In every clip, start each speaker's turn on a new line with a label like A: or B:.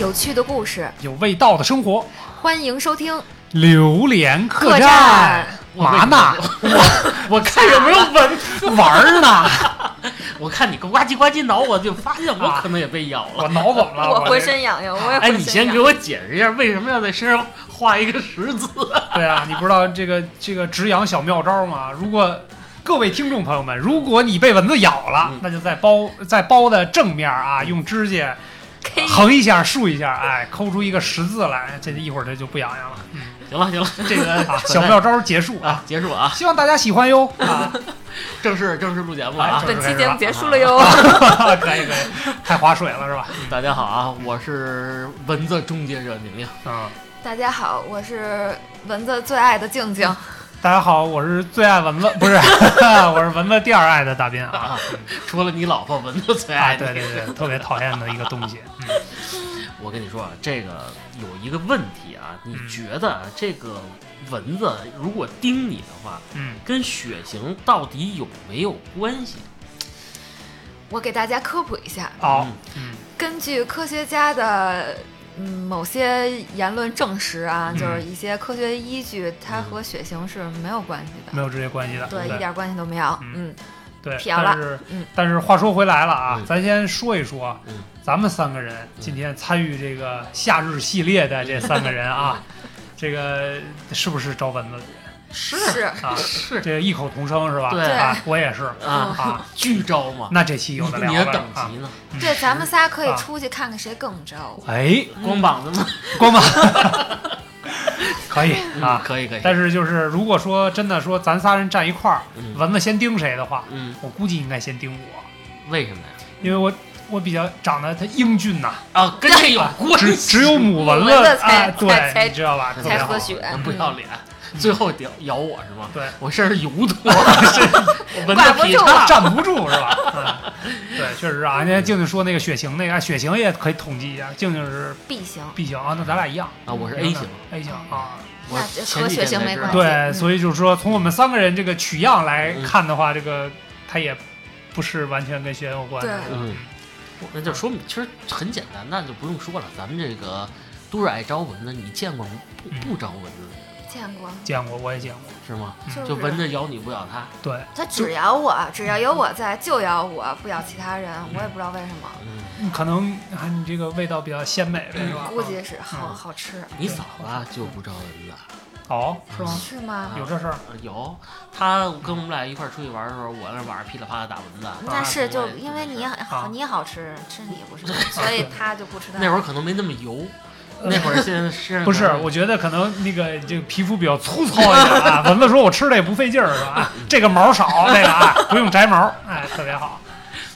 A: 有趣的故事，
B: 有味道的生活，
A: 欢迎收听
B: 榴莲客
A: 客
B: 栈
A: 栈。
B: 嘛呢？
C: 我看啊有没有 蚊，
B: 玩儿呢？
C: 我看你呱唧呱唧挠我，就发现我可能也被咬 了。
B: 我脑梗了，
A: 我浑
B: 这
A: 身痒痒，我也
C: 哎，
A: 浑
C: 你
A: 身
C: 先给
A: 痒。
C: 我解释一下，为什么要在身上画一个十 字？
B: 对啊，你不知道这个这个止痒小妙招吗？如果各位听众朋友们，如果你被蚊子咬了，
C: 嗯
B: 那就在包在包的正面啊，用指甲
A: 给
B: 横一下、竖一下，哎，抠出一个十字来，这一会儿它就不痒 痒了。
C: 行了行了
B: 这个、啊、小妙招结束啊，
C: 啊，结束啊，
B: 希望大家喜欢哟啊！
C: 正式正式录节目了啊
B: 哎！
A: 本期节目结束了 哟，
B: 可以可以，太划水了是吧？
C: 大家好啊，我是蚊子终结者宁宁。
B: 嗯，
A: 大家好，我是蚊子最爱的静静，
B: 大家好，我是最爱蚊子，不是， 我是蚊子第二爱的大斌啊。
C: 啊，除了你老婆蚊子 最
B: 啊，
C: 爱你，
B: 对对对，特别讨厌的一个东西。嗯
C: 我跟你说啊，这个有一个问题啊，你觉得啊这个蚊子如果叮你的话，
B: 嗯，
C: 跟血型到底有没有关系？
A: 我给大家科普一下，
B: 好
C: 嗯，
B: 嗯
A: 根据科学家的嗯某些言论证实啊，
B: 嗯
A: 就是一些科学依据，它
C: 嗯
A: 和血型是没有关系的，
B: 没有直接关系的，
A: 对，
B: 对
A: 一点关系都没有。
B: 嗯
A: 嗯，
B: 对，
A: 撇了
B: 但是
A: 嗯
B: 但是话说回来了啊，
C: 嗯
B: 咱先说一说
C: 嗯，
B: 咱们三个人今天参与这个夏日系列的这三个人啊， 这个是不是招蚊子
C: 是嗯
A: 是
B: 啊？
C: 是
B: 这异口同声是吧？
C: 对
B: 啊，我也是
C: 啊，
B: 啊。
C: 巨招嘛，
B: 那这期
C: 你
B: 有的
C: 你
B: 聊
C: 的
B: 了
C: 等
B: 啊
C: 级！呢？
A: 对，咱们仨可
B: 啊
A: 以出去看看谁更招。
B: 哎，
C: 光膀子吗？
B: 光吧， 可以
C: 嗯
B: 啊。
C: 可以可以。
B: 但是就是，如果说真的说咱仨人站一块儿，
C: 嗯
B: 蚊子先叮谁的话，
C: 嗯，
B: 我估计应该先叮我，
C: 为什么呀？
B: 因为我我比较长得它英俊呐、
C: 啊，跟这有关
B: 只
C: 系，
B: 只有母蚊
A: 母蚊子才才
B: 啊，对，
A: 才
B: 你知道吧？特别
A: 才
B: 好啊
A: 喝，血，
C: 不要脸，最后咬咬我是吗？
B: 对，
C: 我身上啊油 多，是蚊子
A: 管不
C: 劈
A: 住
C: 叉。
B: 站不住是吧？嗯，对，确实啊。人家静静说那个血型那个，哎血型也可以统计一下。静静是
A: B 型，
B: B 型啊，那咱俩一样
C: 啊我是 A 型
B: ，A 型啊。
C: 我
A: 那这
C: 前
A: 和
C: 几
A: 血
C: 天
A: 型
C: 才
A: 没
C: 知
A: 关
C: 道
A: 系
B: 对，
A: 嗯
B: 所以就是说，从我们三个人这个取样来
C: 嗯
B: 看的话，这个它也不是完全跟血型有关的。
A: 对
C: 嗯，那就说明其实很简单，那就不用说了。咱们这个都是爱招蚊子，你见过不
B: 嗯
C: 不招蚊子的人
A: 见过，
B: 见过，我也见过。
C: 是吗？
A: 就是
C: 嗯就蚊子咬你不咬它，
B: 对，
A: 他只咬我，只要有我在就咬我，不咬其他人，我也不知道为什么，
C: 嗯，
B: 可能啊，你这个味道比较鲜美呗，是吧？
A: 估计是好
B: 嗯
A: 好吃，
C: 你嫂子啊就不招蚊子。
B: 哦，是吗？
A: 是吗？
B: 有这事儿？
C: 呃有，他跟我们俩一块儿出去玩的时候，我那晚上噼里啪啦打蚊子。
A: 那是
C: 我
A: 就
C: 也
A: 因为你
B: 啊
A: 好，你好吃，吃你不是，所以他就不吃 他。
C: 那会儿可能没那么油，那会儿现在身上
B: 呃不是，我觉得可能那个这个皮肤比较粗糙一点 啊。蚊子说我吃的也不费劲儿，是吧？啊这个毛少，这个 啊不用摘毛，哎，特别好。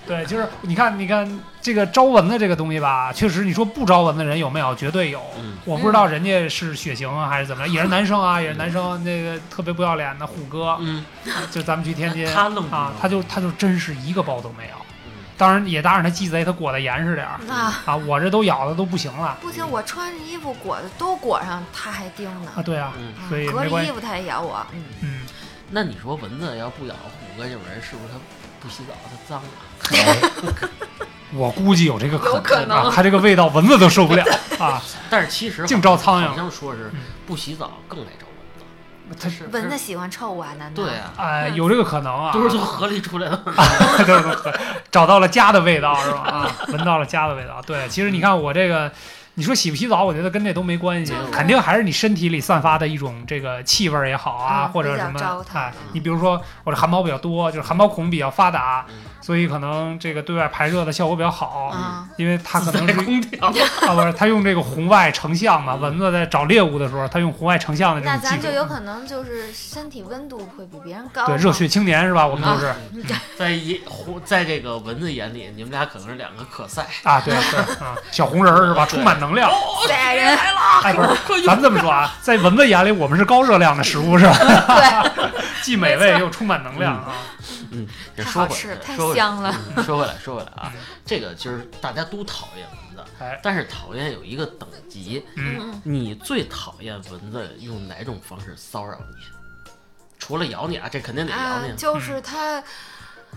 B: 对，就是你看，你看这个招蚊子这个东西吧，确实你说不招蚊子人有没有？绝对有。
C: 嗯
B: 我不知道人家是血型啊还是怎么样，也 是男生啊，也是男生，那个特别不要脸的虎哥，
C: 嗯
B: 就咱们去天津
C: 他愣不
B: 啊
C: 招，
B: 他就他就真是一个包都没有。
C: 嗯
B: 当然也当然他鸡贼，他裹得严实 点儿
A: 啊，
B: 啊，我这都咬的都不行了
A: 不行，我穿着衣服裹的都裹上，他还叮
B: 啊，
A: 呢，
B: 对啊，
C: 嗯，
A: 啊
B: 所以
A: 隔
B: 没关
A: 着
B: 系
A: 衣服他也咬我，嗯，
B: 嗯，
C: 那你说蚊子要不咬虎哥这种人，是不是他不洗澡，他脏啊？
B: 哎我估计有这个可
A: 有可
B: 啊，
A: 能
B: 他这个味道蚊子都受 不了啊，
C: 但是其实
B: 净招苍
C: 好
B: 蝇，嗯
C: 像说是不洗澡更来招蚊子。
B: 他是
C: 是
A: 蚊子喜欢臭啊，难道？
C: 对啊，
B: 哎有这个可能啊，
C: 都是从河里出来的。
B: 都是都是找到了家的味道是吧？啊，闻到了家的味道，对，其实你看我这个。你说洗不洗澡，我觉得跟这都没关系
A: 就是，
B: 肯定还是你身体里散发的一种这个气味儿也好啊，
A: 嗯
B: 或者
A: 比较
B: 什么
A: 招它
B: 哎
A: 嗯，
B: 你比如说我这汗毛比较多，就是汗毛孔比较发达，
C: 嗯
B: 所以可能这个对外排热的效果比较好，
A: 啊，
B: 因为它可能
C: 自带
B: 是
C: 空调，
B: 啊，不是，它用这个红外成像嘛，蚊子在找猎物的时候，它用红外成像的这
A: 嗯那
B: 种技
A: 咱
B: 术
A: 就。有可能就是身体温度会比别人高嘛，啊
B: 嗯对， 热血青年是吧？我们都是
C: 在一虎，在这个蚊子眼里，你们俩可能是两个可赛。
B: 啊，对对啊，小红人儿是吧？充满能量。
C: 哦
A: 宰人，
B: 哎，不是，咱们这么说啊，在蚊子眼里，我们是高热量的食物是吧？ 既美味又充满能量啊。
C: 嗯，
A: 太
C: 说
A: 好
C: 回
A: 吃，
C: 来，
A: 太
C: 说回来
A: 香了。
C: 嗯说回来，说回来啊，这个就是大家都讨厌蚊子
B: 哎，
C: 但是讨厌有一个等级，
B: 嗯，
A: 嗯，
C: 你最讨厌蚊子用哪种方式骚扰你？除了咬你啊，这肯定得咬
A: 啊
C: 你，。
A: 就是它，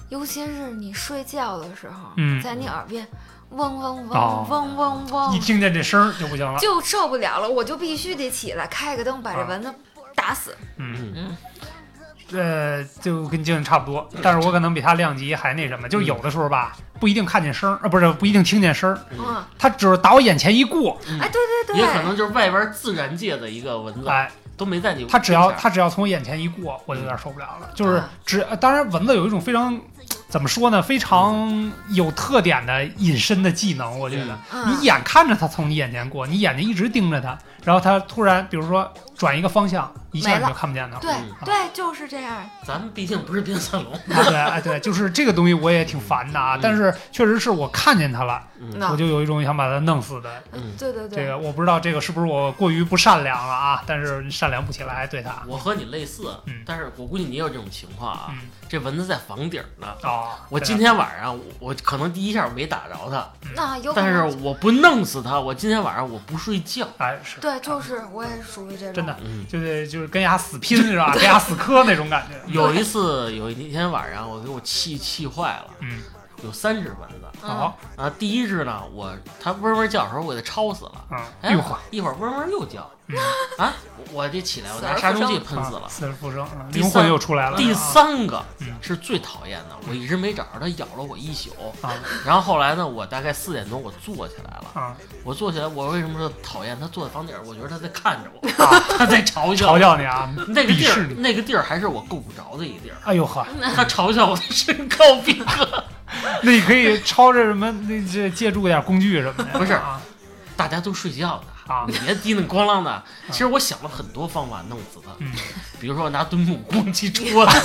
A: 尤其是你睡觉的时候
B: 嗯，
A: 在你耳边，嗡嗡
B: 哦
A: 嗡嗡嗡
B: 一
A: 嗡，
B: 听见这声儿就不行了。
A: 就受不了了，我就必须得起来开个灯，把这蚊子打死。
B: 嗯
A: 嗯，
B: 呃，就跟静静差不多，但是我可能比他量级还那什么，就是有的时候吧，不一定看见声儿，啊，不是不一定听见声儿，
A: 嗯，
B: 他只是打我眼前一过，
C: 嗯
A: 哎，对对
C: 也可
A: 对，
C: 能就是外边自然界的一个蚊子，
B: 哎，
C: 都没在你。
B: 他只要他只要从我眼前一过，我就有点受不了了。就是
A: 啊
B: 只呃当然蚊子有一种非常怎么说呢，非常有特点的隐身的技能，我觉得。你
A: 嗯，
B: 眼看着它从你眼前过，你眼睛一直盯着它，然后它突然，比如说转一个方向，一下
A: 没
B: 你
A: 了
B: 就看不见它了。
A: 对
C: 嗯
A: 对，就是这样。
C: 咱们毕竟不是变色龙，
B: 啊，对，哎，对，就是这个东西我也挺烦的啊
C: 嗯，
B: 但是确实是我看见它了，
C: 嗯
A: 那
B: 我就有一种想把它弄死的。
C: 嗯，
A: 对对
B: 这
A: 对，
B: 个我不知道这个是不是我过于不善良了啊，但是善良不起来对它，
C: 我和你类似
B: 嗯，
C: 但是我估计你也有这种情况啊。
B: 嗯，
C: 这蚊子在房顶呢，
B: 哦，
C: 我
B: 对
C: 今天晚上我我可能第一下我没打着它，
A: 那有可
C: 但
A: 能
C: 是我不弄死它，我今天晚上我不睡觉。
B: 哎是
A: 对，就是我也属于这种，
B: 真的，
C: 嗯，
B: 就得就是跟牙死拼是吧？跟牙死磕那种感觉。
C: 有一次有一天晚上我给我气气坏了，
B: 嗯，
C: 有三只蚊子
A: 嗯
B: 好，
C: 啊，第一只呢我它嗡嗡叫的时候我给它抄死了。
B: 嗯，
C: 哎，
B: 一会儿，
C: 一会儿嗡嗡又叫
B: 嗯
C: 啊！我我这起来，我拿
A: 死而
C: 杀
A: 复
C: 虫剂
A: 生
C: 喷死了
B: 啊。死而复生，嗯
C: 第
B: 灵
C: 三
B: 魂又出来了。
C: 第
B: 啊
C: 三个
B: 嗯
C: 是最讨厌的，我一直没找着，它咬了我一宿。
B: 啊
C: 然后后来呢，我大概四点钟我坐起来了，
B: 啊，
C: 我坐起来，我为什么说讨厌？它坐在房顶儿，我觉得它在看 着我，
B: 啊
C: 它在嘲笑我。
B: 嘲笑你啊！
C: 那个地
B: 鄙
C: 儿
B: 视，你
C: 那个地儿还是我够不着的一地儿。
B: 哎呦呵，
C: 它嘲笑我的身高比哥，
B: 那你可以抄着什么？那这借助点工具什么的。
C: 不是
B: 啊
C: 大家都睡觉呢。
B: 啊
C: 你别滴那咣啷的。其实我想了很多方法弄死它，
B: 嗯
C: 比如说拿墩布咣叽戳它，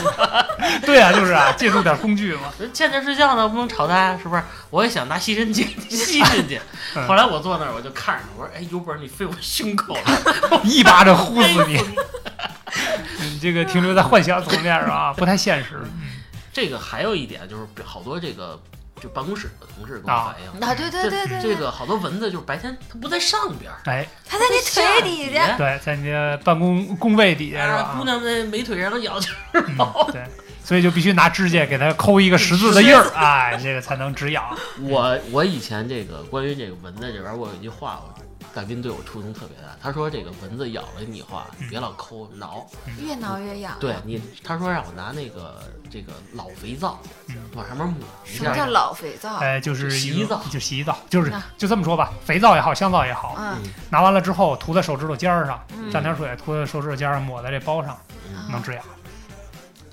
B: 对啊，就是啊，借助点工具嘛。
C: 见着睡觉呢，不能吵他，是不是？我也想拿 吸尘器吸进去。
B: 嗯
C: 后来我坐那儿，我就看着他，我说：“哎，有本事你飞我胸口来，
B: 一巴掌呼死
C: 飞
B: 你
C: 死！你
B: 你这个停留在幻想层面上 啊，不太现实。
C: 这个还有一点就是，好多这个就办公室的同事跟我反映，
A: 啊，对对对对，
C: 嗯这
A: 对，
C: 个好多蚊子就是白天它不在上边儿，
B: 哎，
A: 它在你腿底下，
B: 对，在你的办公工位底下是
C: 啊，姑
B: 吧？
C: 娘在美腿上都咬着。
B: 嗯对，所以就必须拿指甲给它抠一个十字的印儿， 哎，这个才能止痒。
C: 我我以前这个关于这个蚊子这边，我有一句话，我大斌对我触动特别大。他说这个蚊子咬了你以后啊，你别老抠挠，
A: 越挠越痒。
C: 对你，他说让我拿那个这个老肥皂
B: 嗯
C: 往上面抹一
A: 什么
C: 下，
A: 叫老肥皂？
B: 哎，就是一
C: 洗澡啊
B: 就洗一澡，就是
A: 啊
B: 就这么说吧，肥皂也好，香皂也好，
A: 嗯
B: 拿完了之后涂在手指头尖儿上，
A: 嗯
B: 蘸点水涂在手指头尖儿上，抹在这包上，
C: 嗯
B: 能止痒。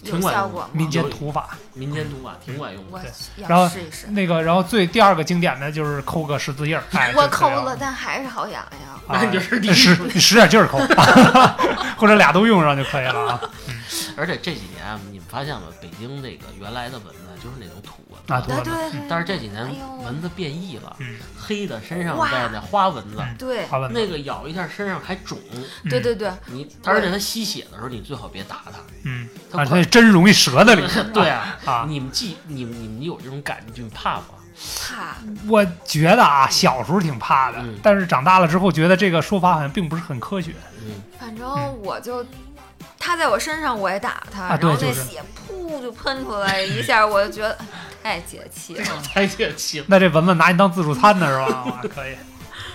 A: 有效果
B: 民
A: 吗？
B: 间涂法，
C: 民间图啊，挺管用
A: 我
C: 的。
B: 然后
A: 要试一试。
B: 那个，然后最第二个经典的就是抠个十字印儿， 哎，
A: 我
B: 这
A: 抠
B: 特别好
A: 了，，但还是好痒呀。
B: 啊
C: 那你就是第一
B: 使使点劲儿抠， 或者俩都用上就可以了 啊。
C: 而且这几年啊你们发现吗？北京这个原来的蚊子就是那种土蚊
B: 啊
C: 子，
B: 对
A: 对对 对，
C: 但是这几年
A: 哎呦
C: 蚊子变异了，
B: 嗯，
C: 黑的身上
A: 哇嗯
C: 带的花蚊子，
A: 对
B: 好了，
C: 那个咬一下身上还肿。
B: 嗯
A: 对，对对，
C: 你，而且它吸血的时候，你最好别打它。
B: 嗯，
C: 它
B: 啊，
C: 快
B: 它真容易折那里
C: 对啊，
B: 啊。
C: 你们记，你们你们有这种感觉，你们怕吗？
A: 怕
B: 我觉得啊，小时候挺怕的
C: 嗯，
B: 但是长大了之后觉得这个说法好像并不是很科学。
C: 嗯，
A: 反
B: 嗯
A: 正我就，他在我身上我也打他，
B: 啊
A: 然
B: 对
A: 后
B: 就
A: 那
B: 是
A: 血噗就喷出来一下，我就觉得太解气
B: 嗯
A: 了，
C: 太解哎气了。
B: 那这蚊子拿你当自助餐呢是吧？ 哇可以，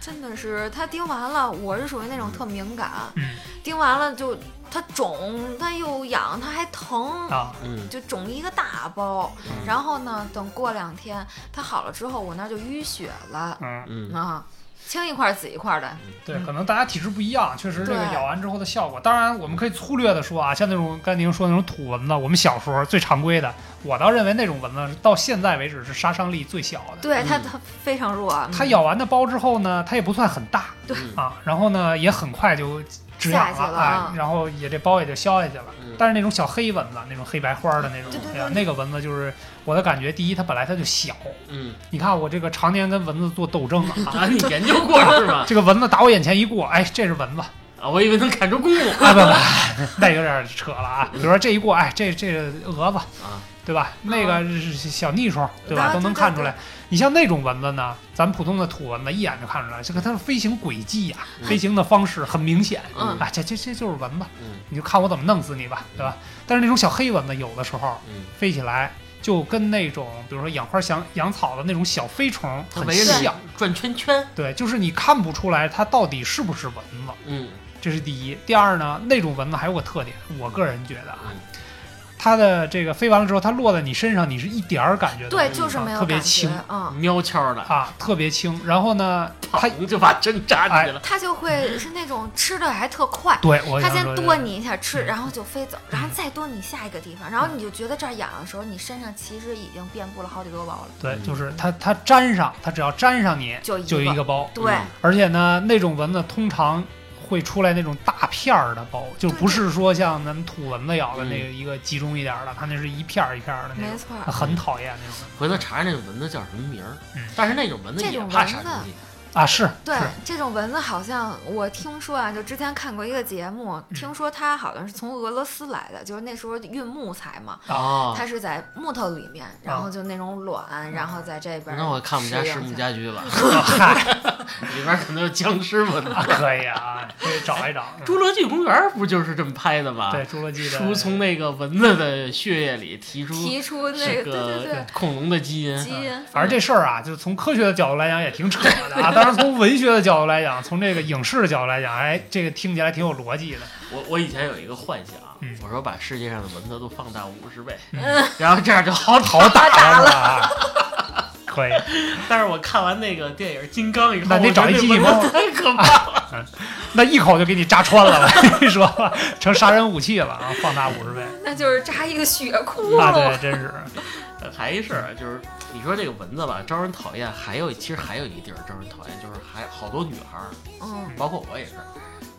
A: 真的是他叮完了，我是属于那种特敏感，
B: 嗯
A: 叮完了就它肿，它又痒，它还疼。
B: 啊，
C: 嗯，
A: 就肿一个大包，
C: 嗯
A: 然后呢，等过两天它好了之后，我那儿就淤血了
B: 嗯。
C: 嗯，
A: 啊，青一块儿紫一块儿的，
B: 对，可能大家体质不一样，确实这个
A: 嗯对
B: 咬完之后的效果。当然，我们可以粗略的说啊，像那种甘宁说的那种土蚊子，我们小时候最常规的，我倒认为那种蚊子到现在为止是杀伤力最小的。
A: 对它
C: 嗯
A: 它非常弱，啊嗯
B: 它咬完的包之后呢，它也不算很大
A: 对
C: 嗯
B: 啊，然后呢也很快就止痒
A: 下去了
B: 啊
A: 啊，
B: 然后也这包也就消下去了。
C: 嗯
B: 但是那种小黑蚊子，那种黑白花儿的那种，
A: 对对对
B: 哎呀那个蚊子就是我的感觉，第一它本来它就小，
C: 嗯，。
B: 你看我这个常年跟蚊子做斗争啊
C: 啊，你研究过 是吧？
B: 这个蚊子打我眼前一过，哎，这是蚊子，
C: 啊，我以为能砍出公母
B: 啊不不，那有点扯了啊。比如说这一过，哎，这这蛾子，
C: 啊，
B: 对吧？那个是是小腻虫，对吧？
A: 啊
B: 都
A: 对
B: 能
A: 对
B: 看出来。你像那种蚊子呢，咱们普通的土蚊子一眼就看出来，这个它的飞行轨迹呀、
C: 嗯
B: 飞行的方式很明显。
A: 嗯
B: 啊，这这这就是蚊子，
C: 嗯
B: 你就看我怎么弄死你吧，对吧？但是那种小黑蚊子有的时候
C: 嗯
B: 飞起来，就跟那种比如说养花养养草的那种小飞虫
C: 它
B: 很
C: 围着你
B: 像，
C: 转圈圈，
B: 对，就是你看不出来它到底是不是蚊子，
C: 嗯，
B: 这是第一。第二呢，那种蚊子还有个特点，我个人觉得啊
C: 嗯，
B: 它的这个飞完了之后，它落在你身上，你是一点儿感觉都没有
A: 对，就是没有
B: 特别
A: 感觉
B: 轻
A: 嗯，
C: 喵悄的，
B: 啊，特别轻。然后呢，它
C: 砰就把针扎进去了，
A: 它就会是那种吃的还特快，
B: 对我
A: 它
B: 想
A: 先
B: 说
A: 多
B: 这个
A: 你一下吃，然后就飞走，然后
B: 嗯
A: 再多你下一个地方，然后你就觉得这儿痒的时候，你身上其实已经遍布了好几个包了。
B: 对，
C: 嗯
B: 就是它它粘上，它只要粘上你
A: 就一个
B: 就一个包，
A: 对，
C: 嗯
B: 而且呢，那种蚊子通常会出来那种大片儿的包，就不是说像咱们土蚊子咬的那个一个集中一点儿的，它那是一片儿一片儿的那
A: 没
B: 种，
A: 错儿。
B: 很讨厌那种蚊子
C: 哎回头查查那个蚊子叫什么名儿
B: 嗯，
C: 但是那种蚊子也怕啥东西，
B: 啊，是
A: 对
B: 是，
A: 这种蚊子好像我听说啊，就之前看过一个节目，听说它好像是从俄罗斯来的，就是那时候运木材嘛，
C: 哦，
A: 它是在木头里面，然后就那种卵，然后在这边。
C: 那我看我们家
A: 实
C: 市
A: 验
C: 木
A: 一下
C: 家 居吧，里边可能有僵尸蚊子。
B: 啊，可以啊，可以找一找。嗯
C: 侏罗纪公园不就是这么拍的吗？
B: 对，，侏罗纪的
C: 叔啊从那个蚊子的血液里提出
A: 提出那个，
C: 这
A: 对对
C: 个恐龙的基
A: 对，
C: 因，
A: 基因。
B: 反正这事儿啊，就是从科学的角度来讲也挺扯的啊。当然，从文学的角度来讲，从这个影视的角度来讲，哎，这个听起来挺有逻辑的。
C: 我我以前有一个幻想
B: 嗯，
C: 我说把世界上的蚊子都放大五十倍，
B: 嗯
C: 然后这样就好讨
B: 好打呀，是吧？可以，
C: 但是我看完那个电影《金刚》以后，
B: 那得
C: 我
B: 找
C: 觉
B: 一
C: 得
B: 机器
C: 蚊子
B: 猫
C: 太可怕了。
B: 那一口就给你扎穿了，我跟你说，成杀人武器了啊！放大五十倍，
A: 那就是扎一个血窟
B: 那
A: 窿
B: 对，。真是
C: 还一事儿就是，你说这个蚊子吧，招人讨厌，还有其实还有一地儿招人讨厌，就是还好多女孩儿，
A: 嗯，
C: 包括我也是，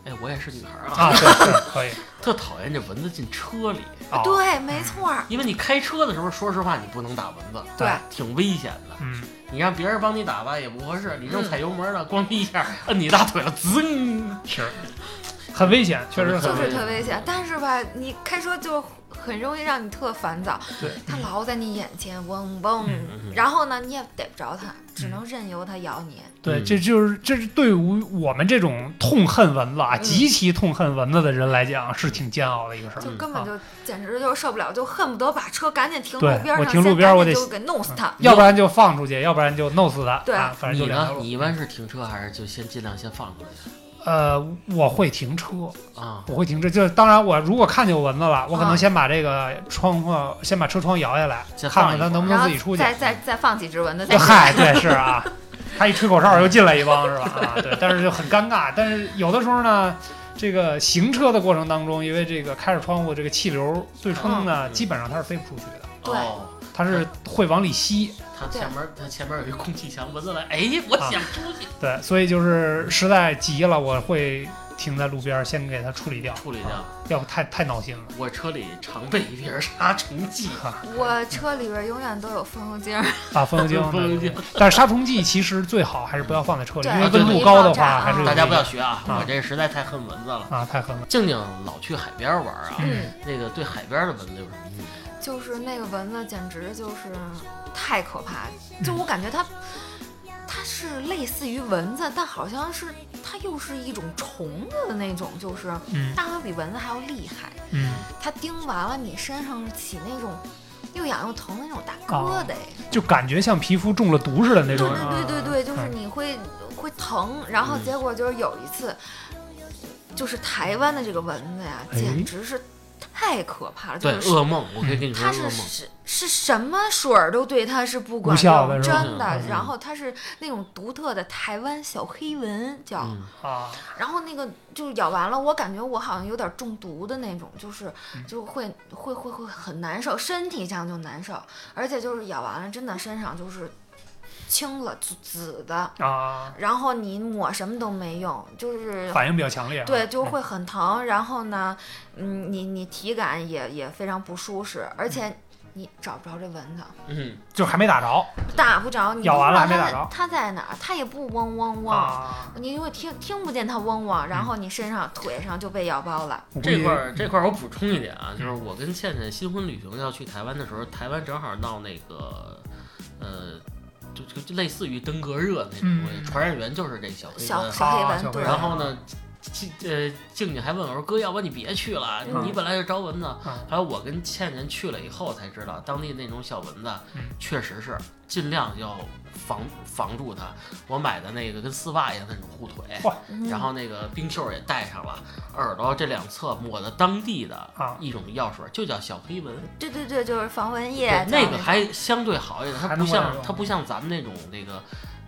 C: 哎，我也是女孩儿啊，
B: 啊，对，是可以
C: 特讨厌这蚊子进车里，
B: 啊，
A: 对，没错儿。
C: 因为你开车的时候，说实话你不能打蚊子，
A: 对，
C: 挺危险的。
B: 嗯，
C: 你让别人帮你打吧也不合适，你正踩油门呢，咣一下摁你大腿了，滋，嗯
B: 是很危险，确实
A: 就
B: 很
A: 是
B: 危险。
A: 特危险，但是吧，你开车就很容易让你特烦躁，
B: 对，
A: 它老在你眼前嗡嗡
B: 嗯，
C: 嗯
A: 然后呢，你也逮不着它，只能任由它咬你。
B: 对，这就是这是对于我们这种痛恨蚊子啊，
A: 嗯
B: 极其痛恨蚊子的人来讲，是挺煎熬的一个事儿。
A: 就根本就简直就受不了，就恨不得把车赶紧停路
B: 对
A: 边
B: 我
A: 上，
B: 停
A: 先
B: 路边儿我
A: 赶紧
B: 得嗯
A: 就给弄死它。
B: 要不然就放出去，要不然就弄死它。
A: 对
B: 啊，反正就
C: 你
B: 两条
C: 呢？
B: 路
C: 你。一般是停车还是就先尽量先放出去
B: 呃，我会停车，
C: 啊？
B: 我会停车。就是当然，我如果看见有蚊子了，我可
A: 啊
B: 能先把这个窗户，先把车窗摇下来，
C: 先
B: 看
C: 放
B: 看它
C: 一会儿
B: 能不
A: 然
B: 能
A: 后
B: 自己出去。
A: 再再再放几只蚊子，再
B: 对嗨，对，是 啊，他一吹口哨又进来一帮是吧？啊，对，但是就很尴尬。但是有的时候呢，这个行车的过程当中，因为这个开着窗户，这个气流对冲呢，
C: 嗯
B: 基本上它是飞不出去的，
A: 对
C: 哦
B: 它是会往里吸。
C: 他
A: 对
C: 前面他前面有一空气墙，蚊子来，哎，我
B: 啊
C: 想出去，
B: 对，所以就是实在急了，我会停在路边儿先给它处理掉，
C: 处理掉
B: 啊。要不太太闹心 了。
C: 我车里常备一瓶杀虫剂，
A: 我车里边永远都有风油精儿，
B: 啊，风油精，
C: 风油精
B: 对对对但是杀虫剂其实最好还是不要放在车里，
A: 对
B: 因为温
C: 容
B: 度
A: 易
B: 高的
A: 爆炸
B: 话还是有
C: 大家
B: 危
C: 不要
B: 险
C: 学啊！
B: 啊
C: 我这实在太恨蚊子了。
B: 啊，太狠了。
C: 静静老去海边玩啊，
A: 嗯，
C: 那个对海边的蚊子有什么印象？
A: 就是那个蚊子简直就是太可怕，就我感觉它。它是类似于蚊子，但好像是它又是一种虫子的那种，就是
B: 嗯
A: 大概比蚊子还要厉害。
B: 嗯。
A: 它叮完了，你身上是起那种又痒又疼的那种大疙瘩。
B: 就感觉像皮肤中了毒似的
A: 对
B: 那种。
A: 对对对对，就是
B: 嗯
A: 你会会疼，然后结果就是有一次，就是台湾的这个蚊子呀，
B: 哎
A: 简直是太可怕了，就
C: 对，
A: 是
C: 噩梦，我可以跟你
B: 嗯
C: 说
A: 它
C: 噩
A: 是
C: 梦。
A: 是是什么水儿都对它是不管
B: 无效的
A: 用，
B: 是
A: 真
B: 吧
A: 的
B: 嗯。
A: 然后它是那种独特的台湾小黑蚊叫，
C: 嗯，
B: 啊，
A: 然后那个就是咬完了，我感觉我好像有点中毒的那种，就是
B: 嗯
A: 就会会会会很难受，身体上就难受，而且就是咬完了真的身上就是青了紫紫的，
B: 啊，
A: 然后你抹什么都没用，就是
B: 反应比较强烈啊。
A: 对
C: 嗯
A: 就会很疼，然后呢，嗯，你你体感也也非常不舒适，而且。你找不着这蚊子，
C: 嗯，
B: 就是还没打着
A: 打不着，你
B: 咬
A: 不
B: 完
A: 知
B: 了
A: 道它在
B: 还没打着
A: 它在哪儿？它也不嗡嗡嗡，
B: 啊。
A: 你会听听不见它嗡嗡，然
C: 嗯
A: 后你身上、腿上就被咬包了。
B: 我估
C: 这
B: 计
C: 块儿这块儿我补充一点啊，就是我跟倩倩新婚旅行要去台湾的时候，台湾正好闹那个，呃，就就就类似于登革热那种
B: 嗯
C: 东西，嗯啊传染源就是这小黑
A: 小
C: 蚊。
A: 小黑
B: 小
A: 蚊，
B: 黑
A: 对
B: 蚊
C: 然后呢，静呃静静还问我说：“哥，要不然你别去了，
B: 嗯
C: 你本来是招蚊子。
B: 嗯
C: 后来我跟倩倩去了以后才知道，当地那种小蚊子
B: 嗯
C: 确实是尽量要防防住它。我买的那个跟丝袜一样的那种护腿，
B: 嚯
A: 嗯
C: 然后那个冰袖也戴上了，耳朵这两侧抹的当地的
B: 啊
C: 一种药水，就叫小黑蚊。
A: 对对对，就是防蚊液
C: 对，，
A: 这样
C: 那个
A: 的
C: 还相对好一点，它
B: 还
C: 不
B: 能闻
C: 像
B: 着
C: 它不像咱们那种那个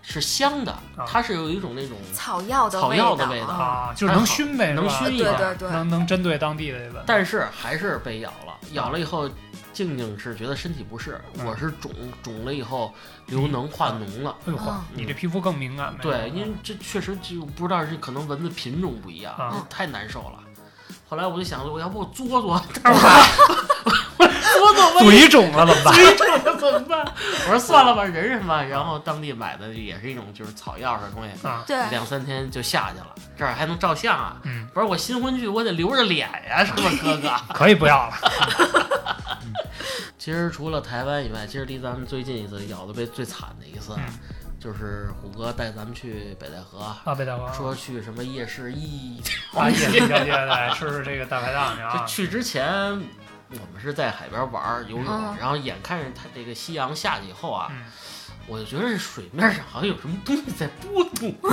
C: 是香的，它是有一种那种
A: 草药的
C: 草药的味
A: 味
C: 道
A: 啊
B: 啊，就是能熏呗，
C: 能
B: 是吧
C: 熏一
A: 对
C: 下
A: 对对，
B: 能能针对当地的蚊子。
C: 但是还是被咬了，咬了以后，静静是觉得身体不适，
B: 嗯
C: 我是肿肿了以后流脓化脓了。
B: 哎呦嚯
A: 啊，
B: 你这皮肤更敏感呗。
C: 对，因为这确实就不知道是可能蚊子品种不一样，
B: 啊
C: 太难受了。后来我就想，我要不我嘬 嘬，
B: 嘴肿了怎么办？
C: 怎么办？我说算了吧，忍忍吧。然后当地买的也是一种就是草药的东西，
B: 啊，
A: 对，
C: 两三天就下去了。这儿还能照相啊？
B: 嗯，
C: 不是我新婚去，我得留着脸呀、是吧，哥 哥？
B: 可以不要了。
C: 其实除了台湾以外，其实离咱们最近一次咬的被最惨的一次啊，
B: 嗯
C: 就是虎哥带咱们去北戴河，
B: 啊，北大王
C: 说去什么夜市一，
B: 啊，夜里小姐来吃吃这个大排档去
C: 就
B: 啊。
C: 去之前我们是在海边玩儿游泳，
B: 啊
A: 嗯
C: 然后眼看着它这个夕阳下去以后啊，
B: 嗯
C: 我就觉得这水面上好像有什么东西在波动。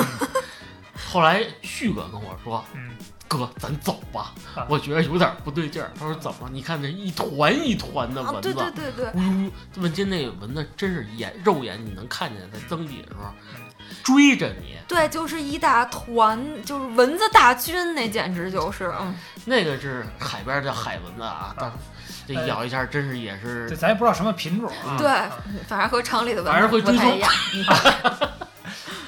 C: 后来旭哥跟我说
B: 嗯，：“
C: 哥，咱走吧
B: 啊，
C: 我觉得有点不对劲儿。”他说：“怎么了？你看这一团一团的
A: 啊，
C: 蚊子。
A: 对对对对，
C: 问津那个蚊子真是眼肉眼你能看见，在增比的时候
B: 嗯
C: 追着你，
A: 对，就是一大团，就是蚊子大军，那简直就是，嗯，
C: 那个是海边叫海蚊子啊，当这
B: 哎
C: 咬一下真是也是
B: 这咱也不知道什么品种啊。
A: 对
B: 啊，
A: 反正和城里的
C: 嗯反
A: 蚊
C: 而
A: 子
C: 会
A: 不
C: 追
A: 太
C: 踪
A: 一样。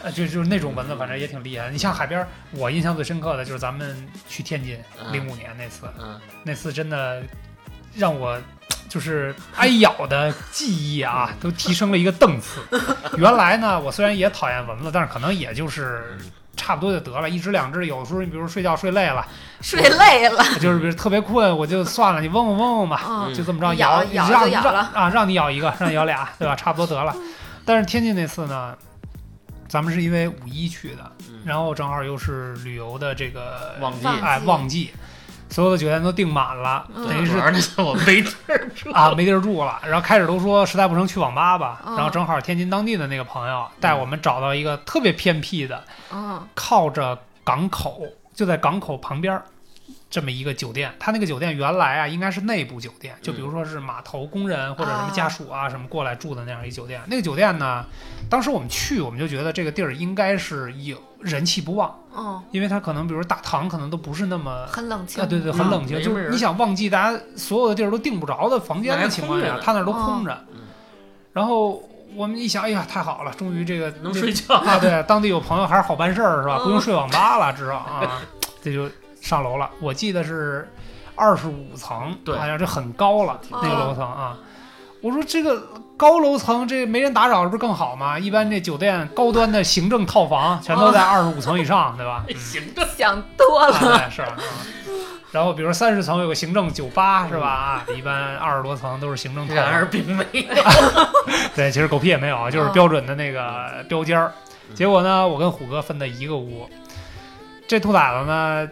B: 呃，就就是那种蚊子，反正也挺厉害的。你像海边儿，我印象最深刻的就是咱们去天津
C: 嗯
B: 零五年那次，
C: 嗯
B: 那次真的让我就是挨咬的记忆啊，都提升了一个档次。原来呢，我虽然也讨厌蚊子，但是可能也
C: 嗯
B: 就是差不多就得了，一只两只。有的时候你比如睡觉睡累了，
A: 睡累了，
B: 就是比如特别困，我就算了，你嗡嗡嗡嗡吧，
A: 嗯，
B: 就这么着
A: 咬
B: 咬
A: 咬
B: 让
A: 就咬
B: 让
A: 了嗯
B: 啊，让你咬一个，让你咬俩，对吧？差不多得了。但是天津那次呢，咱们是因为五一去的，
C: 嗯，
B: 然后正好又是旅游的这个
C: 旺季
B: 哎旺
A: 旺
B: 季，所有的酒店都订满了，
A: 嗯
B: 等于
C: 主
B: 是
C: 要那次我没 地儿住
B: 啊，没地儿住了。然后开始都说实在不成去网吧吧，
A: 嗯
B: 然后正好天津当地的那个朋友
C: 嗯
B: 带我们找到一个特别偏僻的，
A: 嗯，
B: 靠着港口，就在港口旁边儿这么一个酒店。他那个酒店原来啊应该是内部酒店，
C: 嗯
B: 就比如说是码头工人或者什么家属啊、什么过来住的那样一酒店。那个酒店呢，当时我们去我们就觉得这个地儿应该是有人气不旺，
A: 嗯，
B: 因为它可能比如大堂可能都不是那么
A: 很冷
B: 啊，
A: 清。
B: 对对，很冷清，
C: 没
B: 就
C: 人
B: 是你想旺季，大家所有的地儿都订不着的房间
C: 那还
B: 的情况
C: 空着
B: 下
C: 呢，
B: 他那儿都空着
C: 嗯。
B: 然后我们一想，哎呀，太好了，终于这个
C: 能
B: 这
C: 睡觉，
B: 啊，对，当地有朋友还是好办事儿是吧？
A: 嗯
B: 不用睡网吧了，知道啊，这就上楼了。我记得是二十五层，
C: 对
B: 好像这很高了，
A: 挺
B: 那
A: 高
B: 个楼层啊。我说这个高楼层这没人打扰，这不是更好吗？一般这酒店高端的行政套房全都在二十五层以上，对 吧？嗯
C: 行着
A: 想多了，
B: 啊、对是啊。然后比如三十层有个行政酒吧是吧？啊，一般二十多层都是行政套
C: 然而
B: 房。
C: 并没有。
B: 对，其实狗屁也没有，啊就是
A: 嗯
B: 标准的那个标间儿。
C: 嗯
B: 结果呢，我跟虎哥分的一个屋。这兔崽子呢，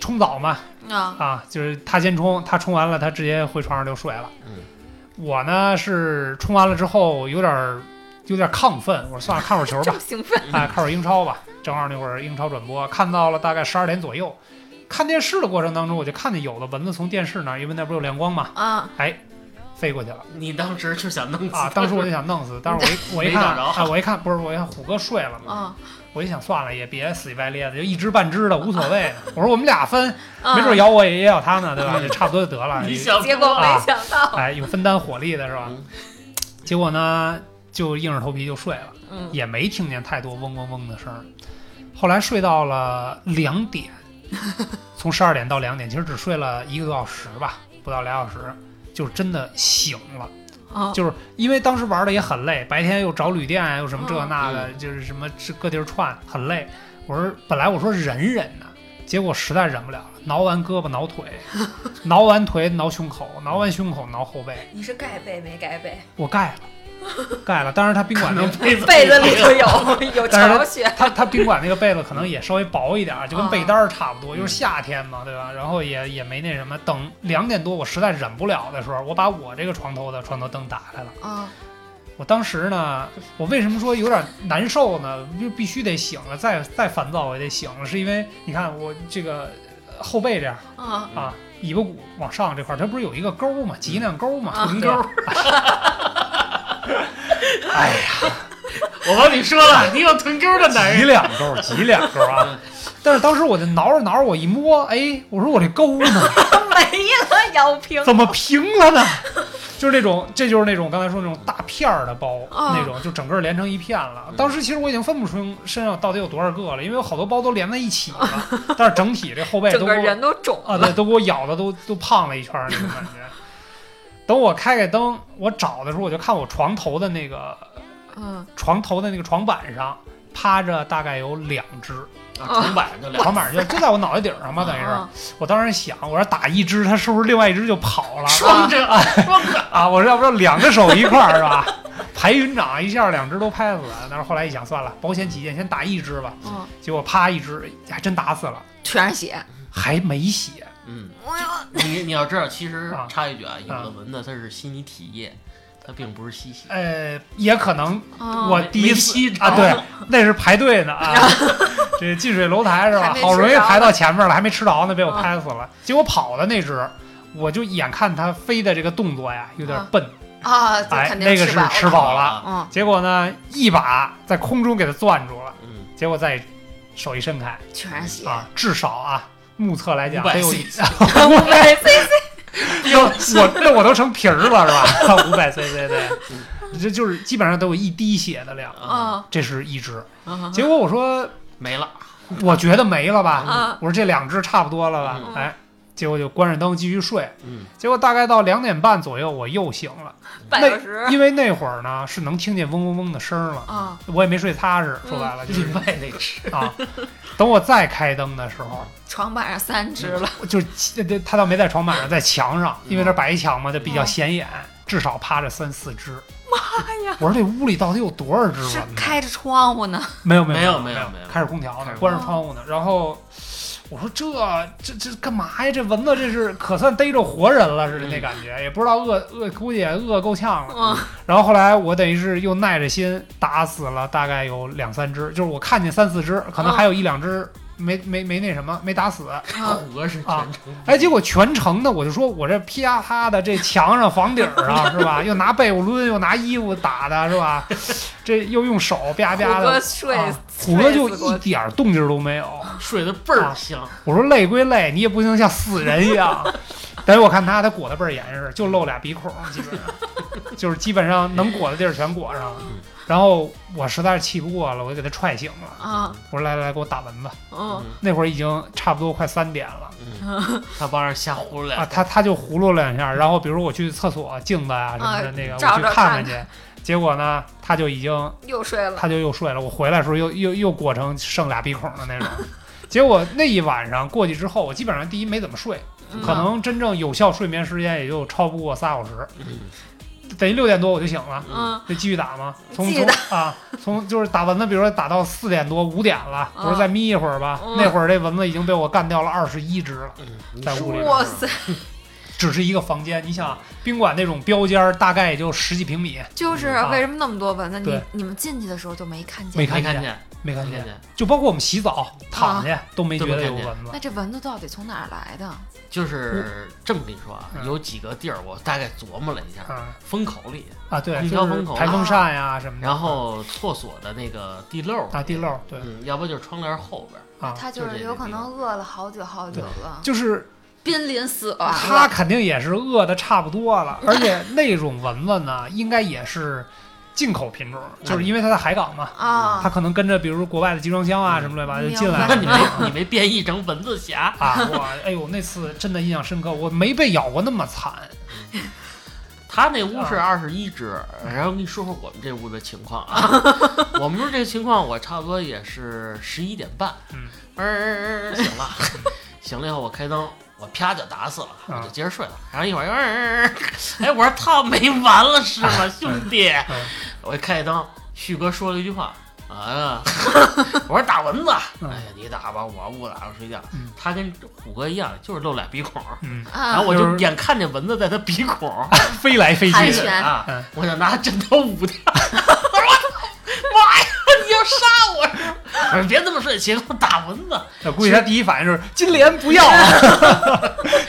B: 冲澡嘛，
A: 啊，
B: 啊，就是他先冲，他冲完了，他直接回床上就睡了。
C: 嗯
B: 我呢是冲完了之后有点儿有点儿亢奋，我说算了，看会儿球吧
A: 这。么兴奋，
B: 哎，看会儿英超吧，正好那会儿英超转播，看到了大概十二点左右。看电视的过程当中，我就看见有的蚊子从电视那儿，因为那不是有亮光嘛，哎
A: 啊，
B: 飞过去了
C: 你当时就想 弄死
B: 啊！当时我就想弄死，但是 我一我一
C: 没找
B: 看，
C: 着
B: 哎，我一看不是，我一看虎哥睡了嘛，
A: 嗯，
B: 我一想算了，也别死乞白咧的，就一只半只的无所 谓。我说我们俩分，
A: 嗯
B: 没准咬我也咬他呢，对吧？就差不多就得了。
C: 你想
A: 结果
B: 啊
A: 没想到，
B: 哎，有分担火力的是吧
C: 嗯？
B: 结果呢，就硬着头皮就睡了。
A: 嗯，
B: 也没听见太多嗡嗡嗡的声儿。后来睡到了两 点，从十二点到两点，其实只睡了一个多小时吧，不到俩小时，就是真的醒了。
A: 啊，
B: 就是因为当时玩的也很累，白天又找旅店啊，又什么这那的，就是什么这各地儿串，很累。我说本来我说忍忍呢、结果实在忍不了了，挠完胳膊挠腿，挠完腿挠胸口，挠完胸口挠后背，
A: 你是盖被没盖被？
B: 我盖了。盖了。当然，他宾馆那个被子
D: 被子里头有有
B: 但是
D: 巢穴，
B: 他他宾馆那个被子可能也稍微薄一点儿，就跟
A: 啊
B: 被单儿差不多，因为夏天嘛，对吧？然后也也没那什么。等两点多我实在忍不了的时候，我把我这个床头的床头灯打开了。
A: 嗯
B: 我当时呢，我为什么说有点难受呢？就必须得醒了，再再烦躁我也得醒了，是因为你看我这个呃后背这样
A: 嗯，
B: 啊，尾巴骨往上这块儿，它不是有一个沟吗？脊梁沟吗？
D: 嗯
B: 臀沟。 哎呀。
C: 我帮你说了，你有臀沟的男
B: 脊
C: 人，
B: 两勾，脊两勾啊！ 但是当时我就挠着挠着，我一摸，哎，我说我这沟呢，
D: 没了腰平，
B: 怎么平了呢？ 就是那种，这就是那种刚才说那种大片儿的包，
D: 哦
A: 啊
B: 那种就整个连成一片
D: 嗯
B: 了。当时其实我已经分不出身上到底有多少个了，因为有好多包都连在一起了，但是整体这后背
D: 整
B: 都
D: 个
B: 给我
D: 人都肿
B: 啊，对，都给我咬的都都胖了一圈儿那种感觉。等我开开灯，我找的时候，我就看我床头的那个
A: 嗯，
B: 床头的那个床板上趴着大概有两只，
C: 啊床板上就两
B: 床板就就在我脑袋顶上嘛，等于
D: 哦
A: 啊
B: 是。我当时想，我说打一只，它是不是另外一只就跑了？
C: 双着啊，双着，
B: 啊，我说要不然两个手一块儿是吧？排云掌一下，两只都拍死了。但是后来一想，算了，保险起见，先打一只吧。
A: 嗯，
B: 结果啪一只，还真打死了，
A: 全是血，
B: 还没血。
C: 嗯。
A: 我要
C: 你你要知道，其实
B: 啊
C: 插一句啊，有的蚊子它是吸你体液，它并不是吸血。
B: 呃，也可能
A: 嗯
B: 我第一次
C: 没吸着
B: 啊，对，那是排队呢啊，这近水楼台是吧
D: 还没？吃
B: 好容易
D: 着呢
B: 排到前面了，还没吃着呢，被我
D: 啊
B: 拍死了。结果跑的那只，我就眼看它飞的这个动作呀，有点
A: 啊
B: 笨，
A: 啊，这
B: 哎，
A: 肯
B: 那
A: 定
B: 个
A: 吃
B: 是
A: 饱
B: 吃
A: 了，
B: 饱了。
A: 嗯
B: 结果呢，一把在空中给它攥住了，
C: 嗯，
B: 结果再手一伸开
A: 全是血，
B: 啊，至少啊，目测来讲
C: 500
B: 得有一
C: cc
B: 五百 cc，我 那我都成皮儿了是吧？ 五百 cc 对，这就是基本上都有一滴血的量，
C: 啊，
A: 嗯
B: 这是一只。
A: 嗯
B: 结果我说，
C: 没了，
B: 我觉得没了吧，
D: 啊，
B: 我说这两只差不多了吧，
A: 嗯
B: 哎，结果就关着灯继续睡。
C: 嗯，
B: 结果大概到两点半左右，我又醒了，
D: 半小时
B: 因为那会儿呢是能听见嗡嗡嗡的声儿了。
A: 啊
B: 我也没睡踏实，说白了就是
C: 另外那只，
B: 啊。等我再开灯的时候，
A: 床板上三只了，
B: 我就是这这他倒没在床板上，在墙上，因为这白墙嘛，就比较显眼，至少趴着三四只。妈
D: 呀！
B: 我说这屋里到底有多少只蚊
A: 是
B: 子？
A: 开着窗户呢，
B: 没有
C: 没
B: 有
C: 有
B: 没
C: 没有没有
B: 开着空调
C: 开
B: 呢
C: 着，
B: 关着窗户呢。然后我说这这这干嘛呀？这蚊子这是可算逮着活人了似的那
C: 嗯
B: 感觉，也不知道饿饿，估计也饿够呛了。
D: 嗯
B: 然后后来我等于是又耐着心打死了大概有两三只，就是我看见三四只，可能还有一两只没、没没那什么没打死。
A: 啊
C: 虎哥是全程，
B: 哎，结果全程呢，我就说我这啪啪的这墙上、房顶 儿啊，是吧？又拿被褥抡，又拿衣服打的，是吧？这又用手啪啪
D: 虎哥
B: 的。
D: 睡
B: 啊
D: 睡
B: 虎哥就
D: 死过
B: 一点儿动静都没有。
C: 睡得倍
B: 啊
C: 儿香，
B: 我说累归累，你也不能像死人一样。但是我看他，他裹得倍儿严实，就露俩鼻孔，基本上就是基本上能裹的地儿全裹上了。然后我实在是气不过了，我就给他踹醒了。
A: 啊
B: 我说来来来，给我打蚊子。
A: 嗯
B: 那会儿已经差不多快三点了
C: 嗯，他帮人瞎呼噜
B: 啊，
C: 两下，
B: 他他就葫芦了两下，然后比如我去厕所镜子啊什么的
D: 啊
B: 那个，
D: 照
B: 我去
D: 着
B: 看
D: 看
B: 去。结果呢，他就已经
D: 又睡了，
B: 他就又睡了。我回来的时候又又又裹成剩俩鼻孔的那种。结果那一晚上过去之后，我基本上第一没怎么睡，
D: 嗯
B: 可能真正有效睡眠时间也就超不过仨小时，
C: 嗯
B: 等于六点多我就醒了。
D: 嗯
B: 就继续打嘛，从
A: 继续
B: 从啊，从就是打蚊子，比如说打到四点多五点了，我说
D: 啊
B: 再眯一会儿吧。
D: 嗯
B: 那会儿这蚊子已经被我干掉了二十一只了，
C: 嗯，你
B: 在
C: 说
B: 屋里
C: 是吧
D: 哇塞，
B: 只是一个房间。你想，宾馆那种标间儿大概也就十几平米，
A: 就是
B: 啊
A: 为什么那么多蚊子？你
B: 对
A: 你们进去的时候就没看见？
B: 没
C: 没看
B: 见，嗯
C: 见，
B: 没看
C: 没
B: 见。
C: 看见，
B: 就包括我们洗澡
D: 啊
B: 躺下都没觉得有
C: 都没
B: 蚊子
A: 那这蚊子到底从哪儿来的？
B: 啊
C: 就是这么跟你说啊，
B: 嗯
C: 有几个地儿我大概琢磨了一下，
B: 啊
C: 风口里，
B: 啊，对，
C: 空
B: 就
C: 调
B: 是
C: 风口
B: 排风扇呀什么的，
C: 然后厕所的那个地漏，
B: 啊地漏，对
C: 嗯，要不就是窗帘后边儿，
B: 啊，
A: 它就
C: 就是
A: 是
C: 这
A: 有
C: 个
A: 可
C: 地
A: 能
C: 方
A: 饿了好久好久了，
B: 就是
A: 濒临死亡
B: 他
A: 了。
B: 肯定也是饿的差不多 了，而且那种蚊子呢，应该也是进口品种，就是因为它在海港嘛，它
A: 啊，
B: 可能跟着比如国外的集装箱啊
C: 嗯
B: 什么的吧就
A: 明白
B: 进来
C: 那你
B: 了。
C: 没你没变异成蚊子侠，
B: 啊，我哎呦，那次真的印象深刻，我没被咬过那么惨
C: 他那屋
B: 啊
C: 是二十一只，然后跟你说说我们这屋的情况啊。 我们屋这情况，我差不多也是十一点半，
B: 嗯
C: 嗯，醒了，醒了以后我开灯，我啪就打死了，我
B: 啊
C: 就接着睡了。然后一会儿又，嗯哎，我说操，没完了是吗，兄弟？
B: 嗯
C: 我一开灯，旭哥说了一句话。 啊！我说打蚊子，哎
B: 嗯
C: 呀，你打吧，我不打，我睡觉
B: 嗯。
C: 他跟虎哥一样，就是露俩鼻孔，
B: 嗯，
C: 然
A: 啊，
C: 后我就
B: 就是
C: 眼看见蚊子在他鼻孔，
B: 飞来飞
A: 安
B: 去
A: 全
B: 的，
C: 啊
B: 嗯，
C: 我想拿枕头 捂他。我说妈呀，你要杀我是吗？我说别这么睡，行，我打蚊子。
B: 我呃估计他第一反应就是金莲不 要，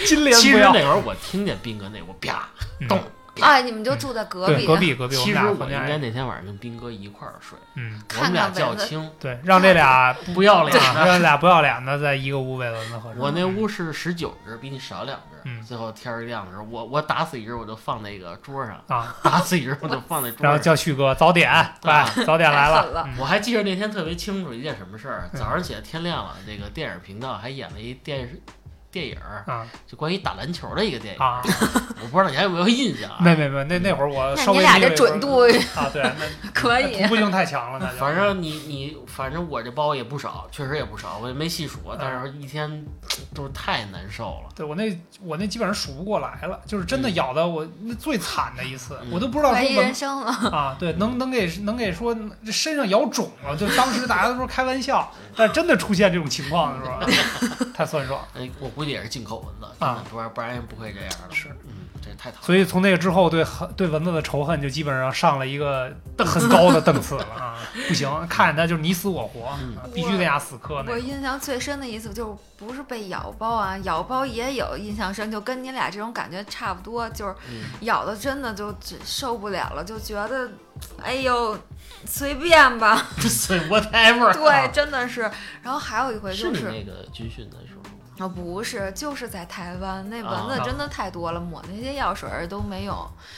B: 金莲
C: 其
B: 不
C: 实
B: 要
C: 那。会儿我听见斌哥那屋啪
B: 嗯
C: 咚，
A: 啊，你们就住在隔
B: 对，
A: 壁，
B: 隔壁隔壁，我
C: 其
B: 们
C: 实
B: 俩
C: 我
B: 房
C: 应
B: 间挨
C: 该
B: 着。
C: 那天晚上跟斌哥一块儿睡，
B: 嗯，
C: 我们俩
A: 看看
C: 较
A: 蚊子
C: 轻，
B: 对，让这俩
C: 不要 脸
B: 啊，
C: 的。
B: 让俩不要脸的在一个屋喂蚊子合适。
C: 我那屋是十九只，比你少两只。
B: 嗯
C: 最后天儿亮的时候，我我打死一只，我就放那个桌上；
B: 啊，
C: 打死一只，我就放那桌
B: 然后
C: 上。
B: 叫旭哥早点，
C: 啊
B: 喂，早点来
A: 嗯太
B: 了
A: 狠。了
B: 嗯
C: 我还记得那天特别清楚一件什么事儿，早上起来天亮了，那个电影频道还演了一电视电影儿，
B: 啊
C: 就关于打篮球的一个电影儿。
B: 啊，
C: 我不知道你还有没有印象啊？
B: 没没没，那那会儿我
A: 那
B: 稍
A: 你
B: 微
A: 俩
B: 理解
A: 这准
B: 一会儿
A: 度
B: 啊，对，那
A: 可
B: 那
A: 以
B: 同。步性太强了，那就
C: 反正你你反正我这包也不少，确实也不少，我也没细数，
B: 嗯
C: 但是一天都是太难受了。
B: 对我那我那基本上数不过来了，就是真的
C: 嗯
B: 咬的我那最惨的一次，
C: 嗯
B: 我都不知道
A: 怀
B: 说
A: 疑
B: 蚊
A: 人生了，
B: 啊，对，能能给能给说这身上咬肿了，就当时大家都说开玩笑，但真的出现这种情况的时候， 太酸爽了。
C: 哎，我估计也是进口蚊子，真的
B: 啊
C: 不然不然也不会这样了。
B: 是，
C: 嗯，这太讨厌。
B: 所以从那个之后，对很对蚊子的仇恨就基本上上了一个很高的档 次了啊！不行，看见它就是你死我活，
C: 嗯
B: 啊必须得俩死磕那
A: 我
B: 种。
A: 印象最深的一次就是不是被咬包啊，咬包也有印象深，就跟你俩这种感觉差不多，就是
C: 嗯，
A: 咬的真的就只受不了了，就觉得，哎呦，随便吧，
C: 所以 whatever。
B: 啊
A: 对，真的是。然后还有一回
C: 是
A: 就
C: 你
A: 是，
C: 那个军训的时候吗，
A: 啊、不是，就是在台湾那蚊
C: 啊
A: 子真的太多了，抹那些药水儿都没用。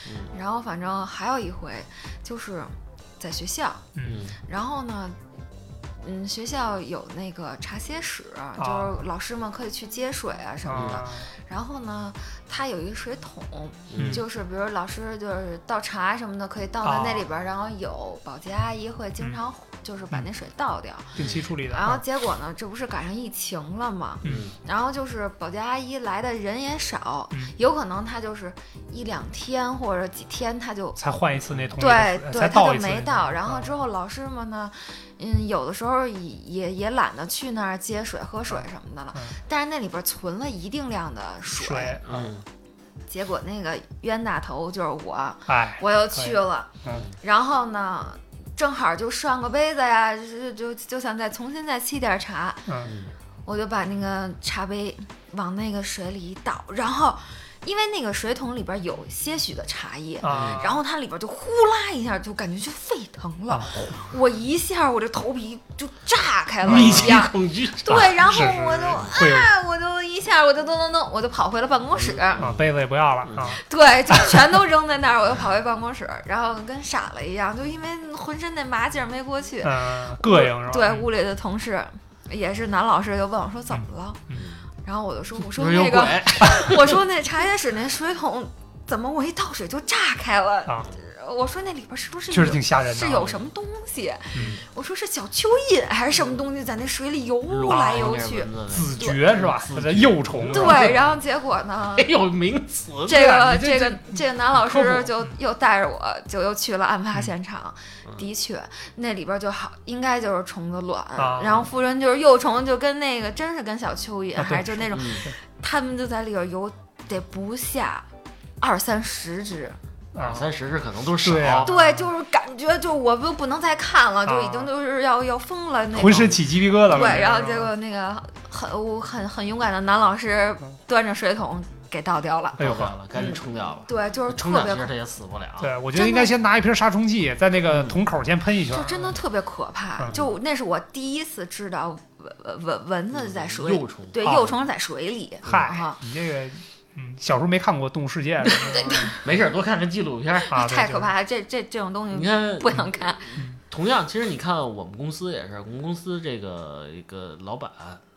C: 嗯
A: 然后反正还有一回，就是在学校，
C: 嗯
A: 然后呢，嗯，学校有那个茶歇室，就是老师们可以去接水啊什么的。
B: 啊，
A: 然后呢，它有一个水桶，
C: 嗯
A: 就是比如老师就是倒茶什么的，可以
B: 啊
A: 倒在那里边儿，然后有保洁阿姨会经常
B: 嗯
A: 就是把那水倒掉。
B: 定期处理的。啊
A: 然后结果呢，这不是赶上疫情了吗？
C: 嗯
A: 然后就是保洁阿姨来的人也少，
B: 嗯
A: 有可能她就是一两天或者几天，她就
B: 才换一次那桶里
A: 对
B: 的水，
A: 对，
B: 才
A: 他
B: 倒
A: 就
B: 一次那
A: 没
B: 桶。
A: 到。然后
B: 啊
A: 之后老师们呢，嗯，有的时候也也也懒得去那儿接水喝水什么的了
B: 嗯，
A: 但是那里边存了一定量的水。
B: 水，
C: 嗯
A: 结果那个冤大头就是我，
B: 哎，
A: 我又
B: 可以
A: 去了
B: 嗯，
A: 然后呢，正好就涮个杯子呀，就就就想再重新再沏点茶，
B: 嗯，
C: 嗯
A: 我就把那个茶杯往那个水里一倒，然后因为那个水桶里边有些许的茶叶，
B: 啊，
A: 然后它里边就呼啦一下，就感觉就沸腾了。
B: 啊
A: 我一下我这头皮就炸开了
C: 密
A: 一
C: 集
A: 样，
C: 恐惧。
A: 对，然后
B: 是是
A: 我
B: 是
A: 就啊，
B: 会有
A: 我就一下我就咚咚咚，我就跑回了办公室，
B: 啊，杯子也不要了啊，
A: 对，就全都扔在那儿，我就跑回办公室，然后跟傻了一样，就因为浑身那麻劲儿没过去。
B: 嗯，膈应是吧？
A: 对，屋里的同事也是男老师，就问我说怎么了，
B: 嗯
A: 然后我就说我
C: 你
A: 说
C: 说有
A: 那
C: 鬼
A: 个我说那茶叶室那水桶怎么我一倒水就炸开了，
B: 啊，
A: 我说那里边是不是
B: 确实
A: 有
B: 挺吓人的啊
A: 是有什么东西？
B: 嗯
A: 我说是小蚯蚓还是什么东西在那水里游来游去？
C: 嗯
B: 子爵是吧？它的幼虫啊是吧
A: 对，然后结果呢
C: 还？有名词。
A: 这个
B: 啊你这
A: 这个这个男老
B: 科
A: 师
B: 普
A: 就又带着我，就又去了案发现场
C: 嗯。
A: 的确，那里边就好，应该就是虫子卵
B: 啊，
A: 然后附身就是幼虫，就跟那个真是跟小蚯蚓，
B: 啊
A: 还
B: 对
A: 是就那种，
C: 嗯
A: 他们就在里边游，得不下二三十只。
B: 啊
C: 二三十是可能都
B: 对啊
C: 少。
A: 对，就是感觉就我不不能再看了，就已
B: 啊
A: 经就是要要疯了那种。
B: 浑身起鸡皮疙瘩了。
A: 对，然后结果那个很我很很勇敢的男老师
B: 嗯
A: 端着水桶给倒掉了。
B: 哎呦
C: 受不了了，赶紧冲掉吧。
A: 对，就是特
C: 冲掉
A: 别
C: 其实
A: 可，
C: 他也死不了。
B: 对，我觉得应该先拿一瓶杀虫剂，在那
A: 嗯
B: 个桶口先喷一圈
A: 就。真的特别可怕。
B: 嗯
A: 就那是我第一次知道蚊蚊蚊子在水
C: 幼
A: 里，
C: 虫。
A: 对，
B: 啊
A: 幼虫在水里。
B: 嗨
A: 啊，
B: 你这个，嗯，小时候没看过《动物世界》 是吧
C: 没事儿，多看看纪录片儿。
B: 啊，对
A: 太可。怕了，这这这种东
C: 你
A: 西
C: 看，
A: 嗯不想看。
C: 同样，其实你看我们公司也是，我们公司这个一个老板，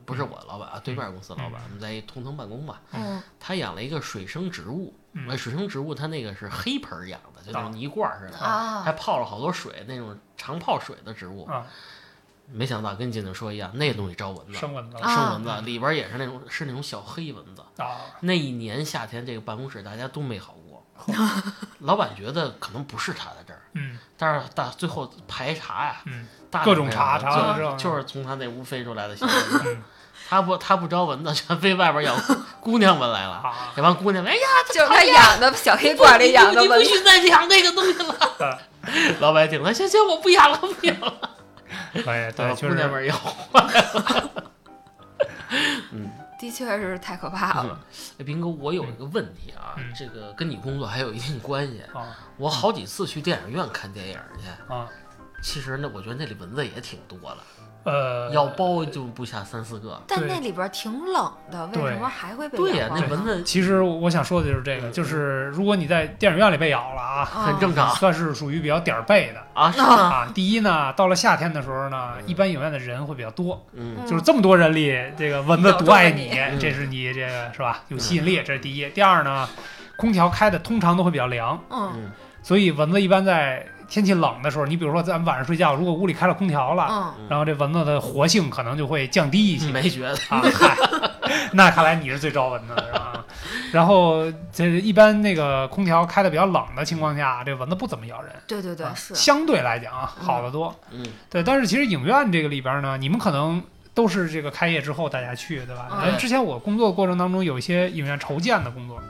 C: 不是我老板啊，对面公司老
B: 嗯
C: 板，我们在一同层办公嘛，
A: 嗯，
C: 他养了一个水生植物，
B: 嗯
C: 那水生植物它那个是黑盆儿养的，就那
B: 啊
C: 种一罐儿似的，
A: 啊
C: 还泡了好多水，那种常泡水的植物
B: 啊。
C: 没想到跟静静说一样，那东西招蚊子，
B: 生蚊子了
A: 啊
C: 生蚊子，里边也是那种是那种小黑蚊子。
B: 啊，
C: 那一年夏天，这个办公室大家都没好 过。老板觉得可能不是查在这儿，
B: 嗯
C: 但是大最后排查呀，
B: 嗯
C: 大量
B: 各种查
C: 排
B: 查完
C: 就
B: 了之
C: 就
B: 后
C: 是从他那屋飞出来的小蚊子
B: 嗯。
C: 他不他不招蚊子，全飞外边 咬姑娘们来了。
B: 啊，
C: 这帮姑娘们，哎呀，
D: 就是他养的小黑罐里养的
C: 你不
D: 蚊
C: 你
D: 子
C: 不，许再养那个东西了。
B: 嗯
C: 老板听了，行行，我不养了，不养了。
B: 哎，对，
C: 姑
B: 确
C: 娘
B: 实
C: 们咬。
A: 的确是太可怕了。
C: 哎，斌哥，我有一个问题啊，
B: 嗯
C: 这个跟你工作还有一定关系。
B: 啊
C: 我好几次去电影院看电影去，
B: 啊，
C: 其实呢，我觉得那里蚊子也挺多的，
B: 呃，
C: 要包就不下三四个。
A: 但
B: 对
A: 那里边儿挺冷的，为
B: 对
A: 什么还会被
C: 对
A: 咬
C: 呀、
A: 到
C: 那
A: 呢
C: 蚊子
B: 其实我想说的就是这个，
C: 嗯
B: 就是如果你在电影院里被咬了啊，
A: 啊
C: 很正常
B: 算是属于比较点儿背的
A: 嗯
C: 啊，嗯是吗？
B: 啊。第一呢，到了夏天的时候呢，一般影院的人会比较多，
C: 嗯，
B: 就是这么多人里，这个蚊子独爱你
D: 咬，
A: 嗯
C: 你
B: 这是你这个是吧？有吸引力，这是第一。第二呢，空调开的通常都会比较凉，
A: 嗯
C: 嗯
B: 所以蚊子一般在天气冷的时候，你比如说咱们晚上睡觉，如果屋里开了空调了，
A: 嗯，
B: 然后这蚊子的活性可能就会降低 一些。
C: 没觉得。
B: 啊， 嗨，那看来你是最招蚊子的是 吧？然后这一般那个空调开的比较冷的情况下，这蚊子不怎么咬人，
A: 对对对
B: 啊，
A: 是
B: 相对来讲啊，
A: 嗯
B: 好得多。
C: 嗯，
B: 对，但是其实影院这个里边呢，你们可能。都是这个开业之后大家去，对吧？
A: 嗯
B: 咱之前我工作过程当中有一些影院筹建的工作，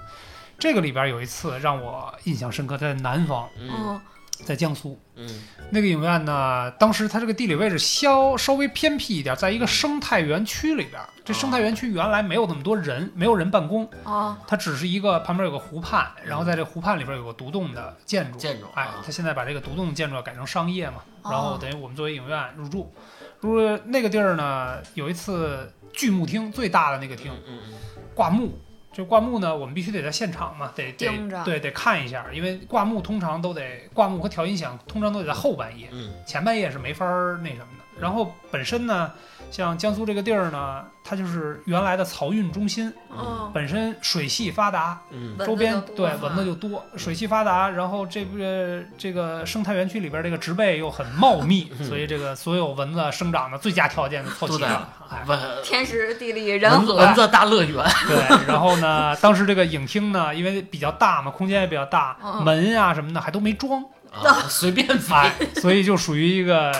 B: 这个里边有一次让我印象深刻，在南方，
C: 嗯
A: 嗯
B: 在江苏，
C: 嗯
B: 那个影院呢，当时它这个地理位置稍稍微偏僻一点，在一个生态园区里边儿。这生态园区原来没有那么多人，没有人办公，
A: 哦
B: 它只是一个旁边有个湖畔，然后在这湖畔里边有个独栋的建筑。
C: 建筑啊
B: 哎，它现在把这个独栋建筑改成商业嘛，
A: 哦
B: 然后等于我们作为影院入住。
C: 嗯
B: 入住那个地儿呢，有一次剧目厅最大的那个厅
C: 嗯嗯
B: 挂幕。这挂幕呢，我们必须得在现场嘛，得得
A: 盯着
B: 对，得看一下，因为挂幕通常都得挂幕和调音响通常都得在后半夜。
C: 嗯
B: 前半夜是没法儿那什么的。然后本身呢，像江苏这个地儿呢，它就是原来的漕运中心，
A: 嗯
B: 本身水系发达，
C: 嗯
D: 蚊
B: 周
D: 子
B: 边
D: 就多哈
B: 对蚊子就多，水系发达，然后这个这个生态园区里边这个植被又很茂密，
C: 嗯
B: 所以这个所有蚊子生长的最佳条件就凑齐了。哎
C: 嗯，，蚊
D: 天时地利人
C: 蚊子
D: 和，
C: 蚊子大乐园。
B: 对，然后呢，当时这个影厅呢，因为比较大嘛，空间也比较大，
A: 嗯
B: 门啊什么的还都 没装，
C: 啊，随便
B: 哎
C: 飞，，
B: 所以就属于一个，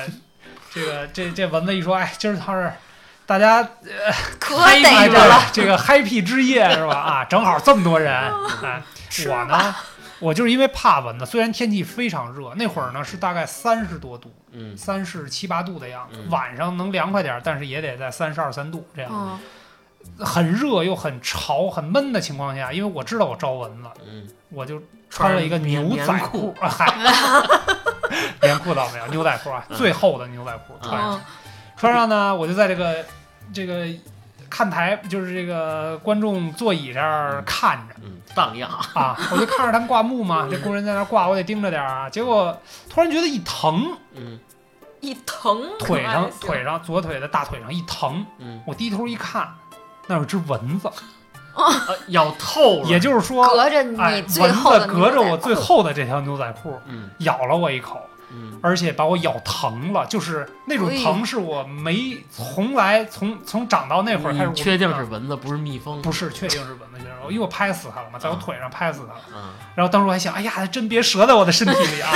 B: 这个这这蚊子一说，哎，今儿它是大家
A: 可
B: 嗨
A: 逮
B: 哎
A: 着了，
B: 对这个 happy 之夜是吧？啊，正好这么多人，
A: 嗯
B: 哎，
A: 吃
B: 我呢，我就是因为怕蚊子，虽然天气非常热，那会儿呢是大概三十多度，
C: 嗯
B: 三十七八度的样子，
C: 嗯
B: 晚上能凉快点儿，但是也得在三十二三度这样，
A: 嗯
B: 很热又很潮、很闷的情况下，因为我知道我招蚊子，
C: 嗯，
B: 我就穿了一个牛仔裤， 啊嗨，棉裤倒没有，牛仔裤啊，
C: 嗯
B: 最厚的牛仔裤穿上。
A: 嗯
B: 穿上呢，我就在这个这个看台，就是这个观众座椅这儿看着
C: 嗯，荡漾，
B: 啊，我就看着他们挂幕嘛，
C: 嗯
B: 这工人在那儿挂，我得盯着点儿啊。结果突然觉得一疼，
C: 嗯
D: 一疼
B: 腿上
D: 还
A: 啊
D: 行
B: 腿上左腿的大腿上一疼，
C: 嗯，
B: 我低头一看，那有只蚊子，
C: 啊咬透了，
B: 也就是说，
A: 隔着
B: 哎，
A: 你最
B: 蚊
A: 后的
B: 子
A: 牛
B: 隔着我
A: 仔
B: 最
A: 裤
B: 厚的这条牛仔裤
C: 嗯
B: 咬了我一口。
C: 嗯
B: 而且把我咬疼了，就是那种
A: 哎呦
B: 疼，是我没从来从从长到那会儿开始，
C: 你确定是蚊子不是蜜蜂？
B: 不是，确定是蚊子先生，因为我拍死它了嘛，在我腿上拍死它了。
C: 啊，
B: 然后当时我还想，哎呀，还真别折在我的身体里啊，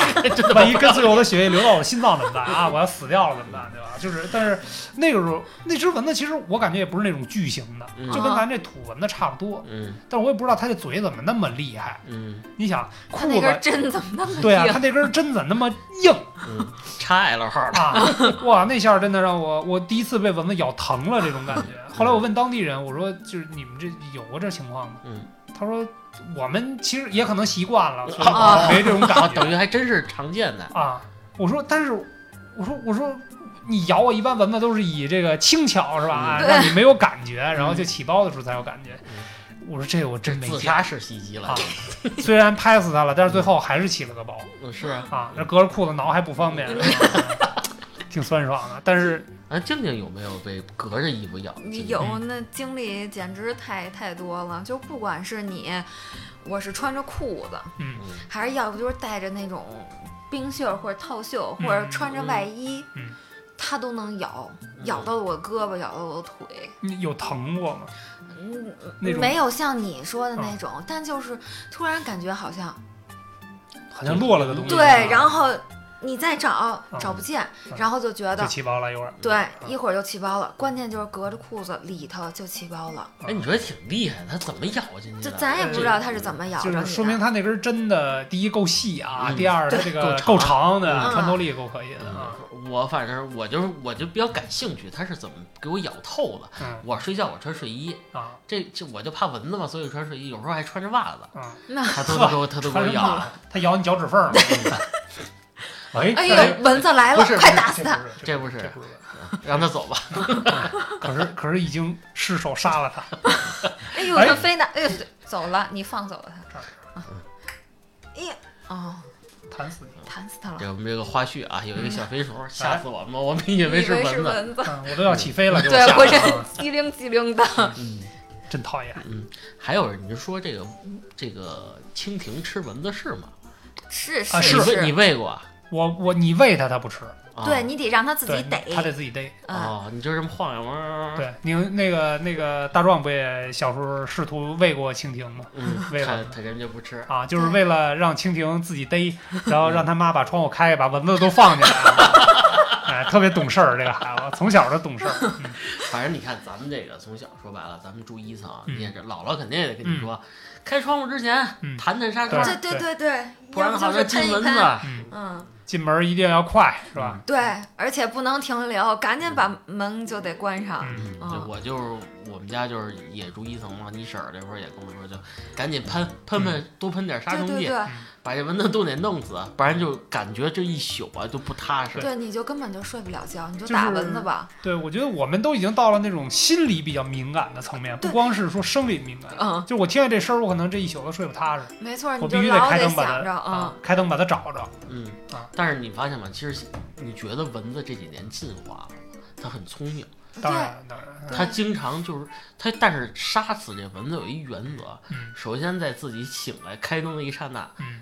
B: 万一跟随我的血液流到我心脏怎么办啊？我要死掉了怎么办，对吧？就是，但是那个时候那只蚊子其实我感觉也不是那种巨型的，
C: 嗯
B: 就跟咱这土蚊子差不多，
C: 嗯
B: 但是我也不知道它的嘴怎么那么厉害。
C: 嗯
B: 你想
A: 它那
B: 裤子
A: 根，针怎么那么
B: 对啊，
A: 硬
B: 它那根针怎么那么硬？
C: 嗯，叉 L 号了，
B: 啊，哇，那下儿真的让我，我第一次被蚊子咬疼了这种感觉。后来我问当地人，我说就是你们这有过这情况吗？
C: 嗯，
B: 他说我们其实也可能习惯了，所以
A: 啊
B: 没这种
C: 啊，
B: 感觉
C: 等于还真是常见的，
B: 啊。我说，但是我说我说你咬我，一般蚊子都是以这个轻巧是吧，啊
C: 嗯
A: 对
B: 让你没有感觉，然后就起包的时候才有感觉。我说这我真没
C: 嗯自
B: 见，
C: 杀式袭击了
B: 啊，虽然拍死它了，但是最后还是起了个包。
C: 嗯是啊，
B: 啊，那隔着裤子挠还不方便，
C: 嗯
B: 是吧挺酸爽的。但是
C: 啊，静静有没有被隔着衣服咬？
A: 你有
B: 嗯
A: 那经历简直太太多了，就不管是你，我是穿着裤子，
B: 嗯
C: 嗯
A: 还是要不就是带着那种冰袖或者套袖，
B: 嗯
A: 或者穿着外衣，
B: 嗯
A: 它都能咬，咬到我胳膊，咬到我腿，
B: 你有疼过吗？
A: 嗯，
B: 那种嗯
A: 没有像你说的那种，但就是突然感觉好像
B: 好像落了个东西。
A: 对，
C: 啊
A: 然后你再找找不见，然后就觉
B: 嗯就
A: 得
B: 起包了一会
C: 嗯
B: 儿。啊
C: 啊
A: 对，一会儿就起包了，关键就是隔着裤子里头就起包了，
C: 哎，你说挺厉害，它怎么咬进去
A: 就
C: 的？
A: 咱也不知道它是怎么咬
B: 就
A: 着
B: 是说
A: 你
B: 明
A: 的。
B: 它那根针的，第一够细啊，
C: 嗯
B: 第二它
A: 对
B: 这个
C: 够
B: 够长的，
A: 嗯
B: 穿透力够可以的啊。
C: 嗯。我反正我就是我就比较感兴趣，它是怎么给我咬透了？
B: 嗯
C: 我睡觉我穿睡衣，
B: 啊
C: 这这我就怕蚊子嘛，所以穿睡衣，有时候还穿着袜子，
B: 啊！
A: 那
C: 它都给我它都给我
B: 穿着
C: 咬嗯
B: 袜。它咬你脚趾缝儿了。哎
A: 哎呦，蚊子来了
C: 不是，
A: 快打死它！！
B: 这
C: 不是
B: 这不是蚊子。
C: 让它走吧。
B: 可是可是已经失手杀了它。
A: 哎呦，
B: 哎
A: 它飞呢，哎呦，走了，你放走了它。啊哎呀，哦，
B: 弹死你！
A: 弹死它了。
C: 这我们这个花絮啊，有一个小飞虫吓死我们，我们以
D: 以
C: 为
D: 为
C: 是蚊子。
D: 蚊子，
B: 嗯，我都要起飞了，给
D: 对
B: 吓
D: 我
B: 的
D: 这
B: 啊
D: 机灵机灵的，
C: 嗯，
B: 真讨厌。
C: 还有你就说这个这个蜻蜓吃蚊子是吗？
A: 是
B: 啊
C: 你
A: 是
C: 喂你喂过啊？
B: 我我你喂它它不吃，
C: 啊
A: 对你得让它自己
B: 对，
A: 逮。
B: 它得自己逮。
A: 嗯，
C: 哦，你就这么晃悠吗？，
B: 对，你那个那个大壮不也小时候试图喂过蜻蜓吗？
C: 嗯，
B: 喂
C: 它
B: 过
C: 它人家不吃。
B: 啊，就是为了让蜻蜓自己逮，然后让他妈把窗户开，把蚊子都放进来啊。 哎，特别懂事儿，这个孩子从小就懂事儿。嗯
C: 反正你看咱们这个从小说白了，咱们住一层啊，
B: 嗯
C: 你也是姥姥肯定也得跟你说，开窗户之前
B: 嗯
C: 弹弹纱
B: 对
C: 窗，
A: 对对对对，
C: 不
A: 要
C: 然
A: 不
C: 好
A: 就是
C: 像
A: 喷
C: 进
A: 一
C: 蚊
A: 喷
C: 子。。啊
B: 嗯，
A: 嗯，
B: 进门一定要快，是吧？
A: 对，而且不能停留，赶紧把门就得关上。
B: 嗯，
C: 嗯，
A: 嗯
C: 对，我就是我们家就是也住一层嘛，你婶儿这会儿也跟我说，就赶紧喷喷
B: 嗯
C: 喷，多喷点杀
A: 对
C: 虫
A: 对
C: 剂，
A: 对
C: 把这蚊子都得弄死，不然就感觉这一宿啊就不踏实。
A: 对，你就根本就睡不了觉，你就
B: 就是
A: 打蚊子吧。
B: 对，我觉得我们都已经到了那种心理比较敏感的层面，不
A: 对
B: 光是说生理敏感，
A: 嗯，
B: 就我听见这声儿，我可能这一宿都睡不踏实，
A: 没错，
B: 我
A: 啊你
B: 必
A: 就
B: 须
A: 老
B: 开灯把
A: 想
B: 它
A: 着，
B: 啊
A: 嗯，
B: 开灯把它找着。
C: 嗯
B: 啊，
C: 但是你发现吗？其实你觉得蚊子这几年进化了，它很聪明，
B: 当
A: 对，
B: 然，当然，
A: 对
C: 它经常就是它，但是杀死这蚊子有一原则，
B: 嗯
C: 首先在自己醒来开灯的一刹那，
B: 嗯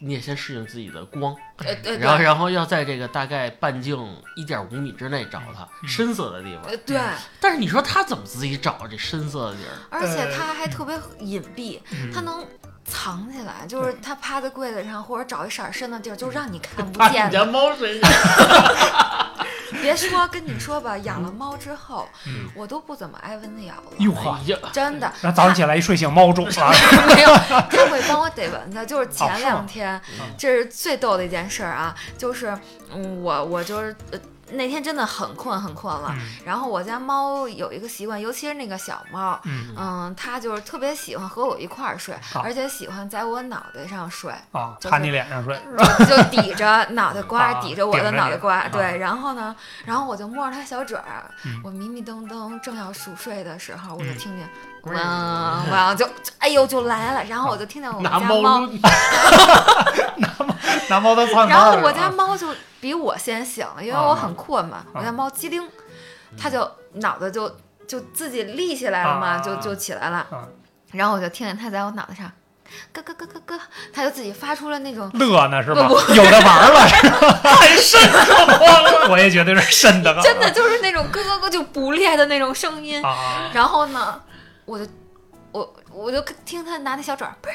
C: 你也先适应自己的光，
A: 呃对
C: 然后
A: 对
C: 然后要在这个大概半径一点五米之内找它
B: 嗯
C: 深色的地方。
A: 呃对，
C: 但是你说它怎么自己找这深色的地
B: 哎
C: 儿？
A: 而且它还特别隐蔽，
B: 嗯，
A: 它能。藏起来，就是它趴在柜子上，或者找一色儿深的地儿，
B: 嗯
A: 就让你 看不
C: 把
A: 见
C: 你家
A: 的。
C: 猫身上。
A: 别说跟你说吧，养了猫之后
B: 嗯，
A: 我都不怎么爱蚊子咬了，
B: 哟
C: 哎
B: 呵，
C: 呀，
A: 真的。
B: 然 后早上起来一睡醒，猫肿了。
A: 没有，他会帮我逮蚊子。就是前
B: 啊
A: 两天，
C: 吗
B: 嗯
A: 这是最逗的一件事儿啊，就是嗯，我我就是、呃、那天真的很困很困了。
B: 嗯
A: 然后我家猫有一个习惯，尤其是那个小猫，
B: 嗯
A: 嗯，它就是特别喜欢和我一块儿睡，而且喜欢在我脑袋上睡，
B: 啊，
A: 就是
B: 趴你脸上睡，
A: 就就抵着脑袋瓜
B: 啊
A: 儿，抵着我的脑袋瓜儿。
B: 顶着你啊
A: 对，然后呢，然后我就摸着它小嘴儿
B: 嗯，
A: 我迷迷瞪瞪正要熟睡的时候，我就
B: 嗯
A: 听见。汪汪就就哎呦就来了，然后我就听见我们
C: 拿
A: 家
C: 猫
A: 猫，
C: 撸，
B: 拿猫当饭
A: 然
B: 碗
A: 后
B: 儿
A: 我家
B: 啊
A: 猫就比我先醒了，因为
B: 啊嗯
A: 我很困嘛，我家猫机灵，它就脑子就就自己立起来了嘛，
B: 啊
A: 就就起来了
B: 啊，
A: 然后我就听见它在我脑袋上，咯咯咯咯咯，它就自己发出了那种
B: 乐呢是吧
A: 不？
B: 有的玩 儿了是吧？太瘆得慌了，我也觉得是瘆得慌。
A: 真的就是那种咯咯咯就不裂的那种声音，
B: 啊啊，
A: 然后呢，我就我我就听他拿那小爪儿，嘣儿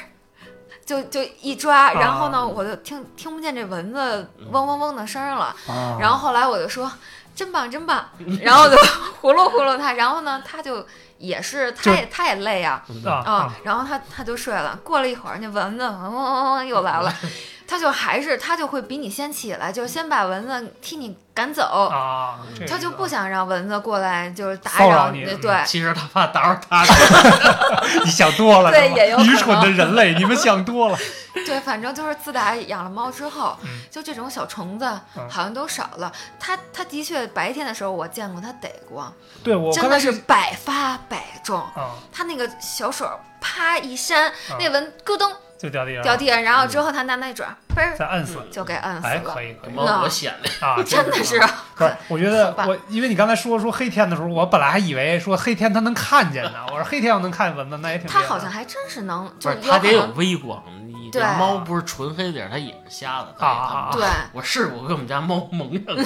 A: 就就一抓，然后呢，
B: 啊嗯
A: 我就听听不见这蚊子嗡嗡嗡的声儿了。
B: 啊
A: 然后后来我就说真棒真棒， 然后我就呼噜呼噜它，然后呢，它就也是它
B: 就
A: 也它也累啊
B: 啊
A: 啊，然后它它就睡了。过了一会儿，那蚊子嗡嗡嗡嗡又
B: 啊
A: 来了，它就还是它就会比你先起来，就是先把蚊子替你赶走。
B: 啊，这
A: 它哦就
B: 个
A: 不想让蚊子过来，就是打
B: 骚扰
A: 扰
B: 你嗯
A: 对，
C: 其实它怕打扰它。
B: 你想多了，
A: 对
B: 是吧
A: 也有可能
B: 愚蠢的人类，你们想多了。
A: 对，反正就是自打养了猫之后，
B: 嗯
A: 就这种小虫子
B: 嗯
A: 好像都少了。它它的确白天的时候我见过它逮过，
B: 对我
A: 真
B: 刚
A: 的
B: 才
A: 是
B: 就
A: 百发百中。
B: 啊，
A: 它那个小手啪一扇，那
B: 啊
A: 蚊咯噔
B: 就掉地上，
A: 掉地上，然后之后它拿那爪嘣儿
B: 再摁死。
A: 就给摁死
B: 哎，
A: 了
B: 可，以可以
C: 嗯猫
A: 那
C: 多显灵，
B: 啊，
A: 真的是。
B: 不是，我觉得
A: 很棒
B: 我因为你刚才说说黑天的时候，我本来还以为说黑天它能看见呢，我说黑天要能看见蚊子，那也挺厉害
A: 它
B: 的。
A: 好像还真是能，
C: 不
A: 就是有
C: 它
A: 可
C: 得有
A: 能
C: 微光。你这
A: 对
C: 猫不是纯黑
B: 啊
C: 点儿，它也是瞎的。它也看不
B: 啊啊啊
C: 到
A: 对。
C: 我试过给我们家猫蒙上了，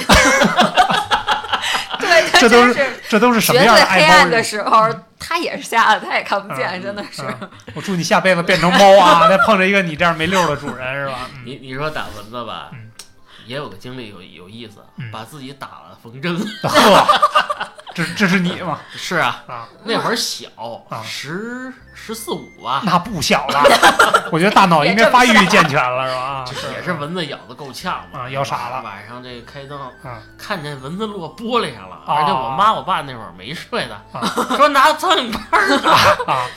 B: 这都
D: 真
B: 是这都是什
D: 绝
B: 么样
D: 对
B: 爱
D: 黑
B: 猫啊
D: 暗的
B: 人？
D: 时候，他也是瞎的，他也看不见，真的是。
B: 嗯 我祝你下辈子变成猫啊！再碰着一个你这样没溜儿的主人是 吧？嗯
C: 你你说打蚊子吧，
B: 嗯
C: 也有个经历有有意思，
B: 嗯
C: 把自己打了缝针。
B: 呵，这这是你吗？
C: 是啊，
B: 啊，
C: 那会儿小
B: 啊，
C: 十十四五吧，
B: 那不小 了，我觉得大脑应该发育健全了是吧？啊
C: 也是蚊子咬的够呛嘛，
B: 啊咬傻了
C: 晚上这个开灯，
B: 啊，
C: 看见蚊子落玻璃上了，
B: 啊
C: 而且我妈我爸那会儿没睡呢
B: 啊，
C: 说拿苍蝇拍儿打。
B: 啊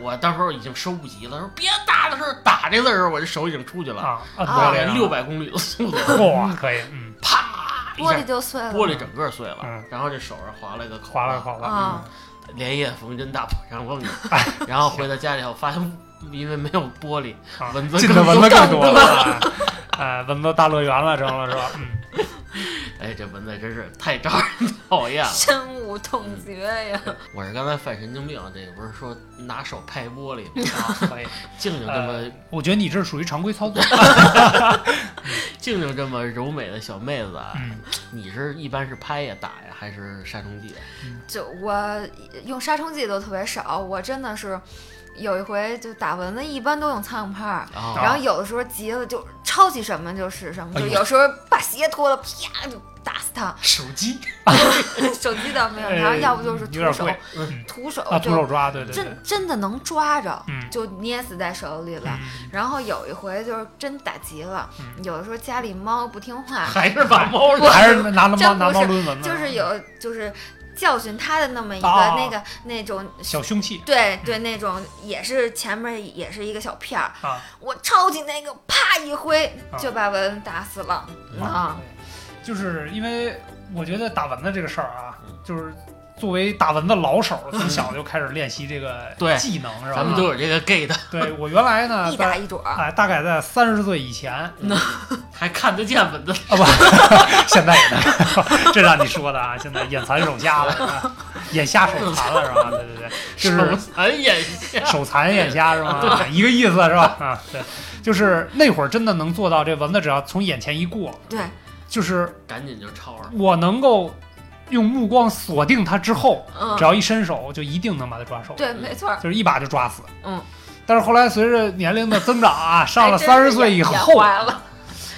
C: 我到时候已经收不及了，说别打的时候打这字儿的时候，我这手已经出去了，
B: 啊，按
A: 啊
B: 玻璃啊
C: 六百公里的速度，
B: 嚯，可以，嗯
C: 啪一
A: 玻
C: 下
A: 璃，就碎了，
C: 玻璃整个碎了
B: 嗯，
C: 然后这手上划了一个口，
B: 划了划了，
A: 啊，
C: 连夜缝针大破伤风
B: 哎
C: 去，然后回到家里后发现，因为没有玻璃，
B: 啊
C: 蚊子
B: 进的
C: 更
B: 蚊子更多
C: 多
B: 了，哎，蚊子大乐园了，成了是吧？嗯，
C: 哎，这蚊子真是太招人讨厌
B: 啊
C: 了。
D: 深恶痛绝呀！
C: 我是刚才犯神经病，啊这个不是说拿手拍玻璃吗？
B: 啊，可以，
C: 静静这么
B: 我觉得你这是属于常规操作，
C: 静静这么柔美的小妹子啊，
B: 嗯，
C: 你是一般是拍呀打呀，还是杀虫剂？啊
A: 就我用杀虫剂都特别少，我真的是有一回就打蚊子，一般都用苍蝇拍儿。
C: 啊
A: 然后有的时候急了就抄起什么就是什么，
B: 哎
A: 就
B: 呦
A: 有时候把鞋脱了，啪就打死它。
C: 手机
A: 手机倒没有，
B: 哎
A: 然后要不就是
B: 有
A: 徒
B: 点
A: 手
B: 贵，嗯，
A: 徒手
B: 啊，徒手
A: 就
B: 抓，对对对，
A: 真真的能抓着，
B: 嗯
A: 就捏死在手里了。
B: 嗯
A: 然后有一回就是真打急了，
B: 嗯
A: 有的时候家里猫不听话，
C: 还是把猫
A: 不
B: 还是拿了
A: 真
B: 猫
A: 不
B: 拿猫
A: 是
B: 抡蚊子，
A: 就是有就是教训它的那么一个、
B: 啊
A: 那个那种。
B: 小凶器
A: 对对，那种也是前面也是一个小片儿，
B: 啊，
A: 我抄起那个啪一挥
B: 啊
A: 就把蚊子打死了啊！
B: 就是因为我觉得打蚊子这个事儿啊
C: 嗯，
B: 就是作为打蚊子老手，从小就开始练习这个
C: 对
B: 技能，是吧？
C: 咱们都有这个 gay 的，
B: 对我原 来呢，
A: 一打
B: 在
A: 一准儿，
B: 哎，大概在三十岁以前啊
C: 还看得见蚊子。
B: 不，现在也能，这让你说的啊，现在眼残手瞎了，啊眼瞎手残了是吧？对对对，就是
C: 手残眼瞎，
B: 手残眼瞎是吗？一个意思是吧？啊，对，就是那会儿真的能做到，这蚊子只要从眼前一过，
A: 对，
B: 就是
C: 赶紧就抄上。
B: 我能够用目光锁定它之后，
A: 嗯
B: 只，要一伸手就一定能把它抓手，
A: 对，没错儿，
B: 就是一把就抓死。
A: 嗯。
B: 但是后来随着年龄的增长啊，上了
D: 还真是
B: 三十岁以
D: 眼
B: 后，
D: 花了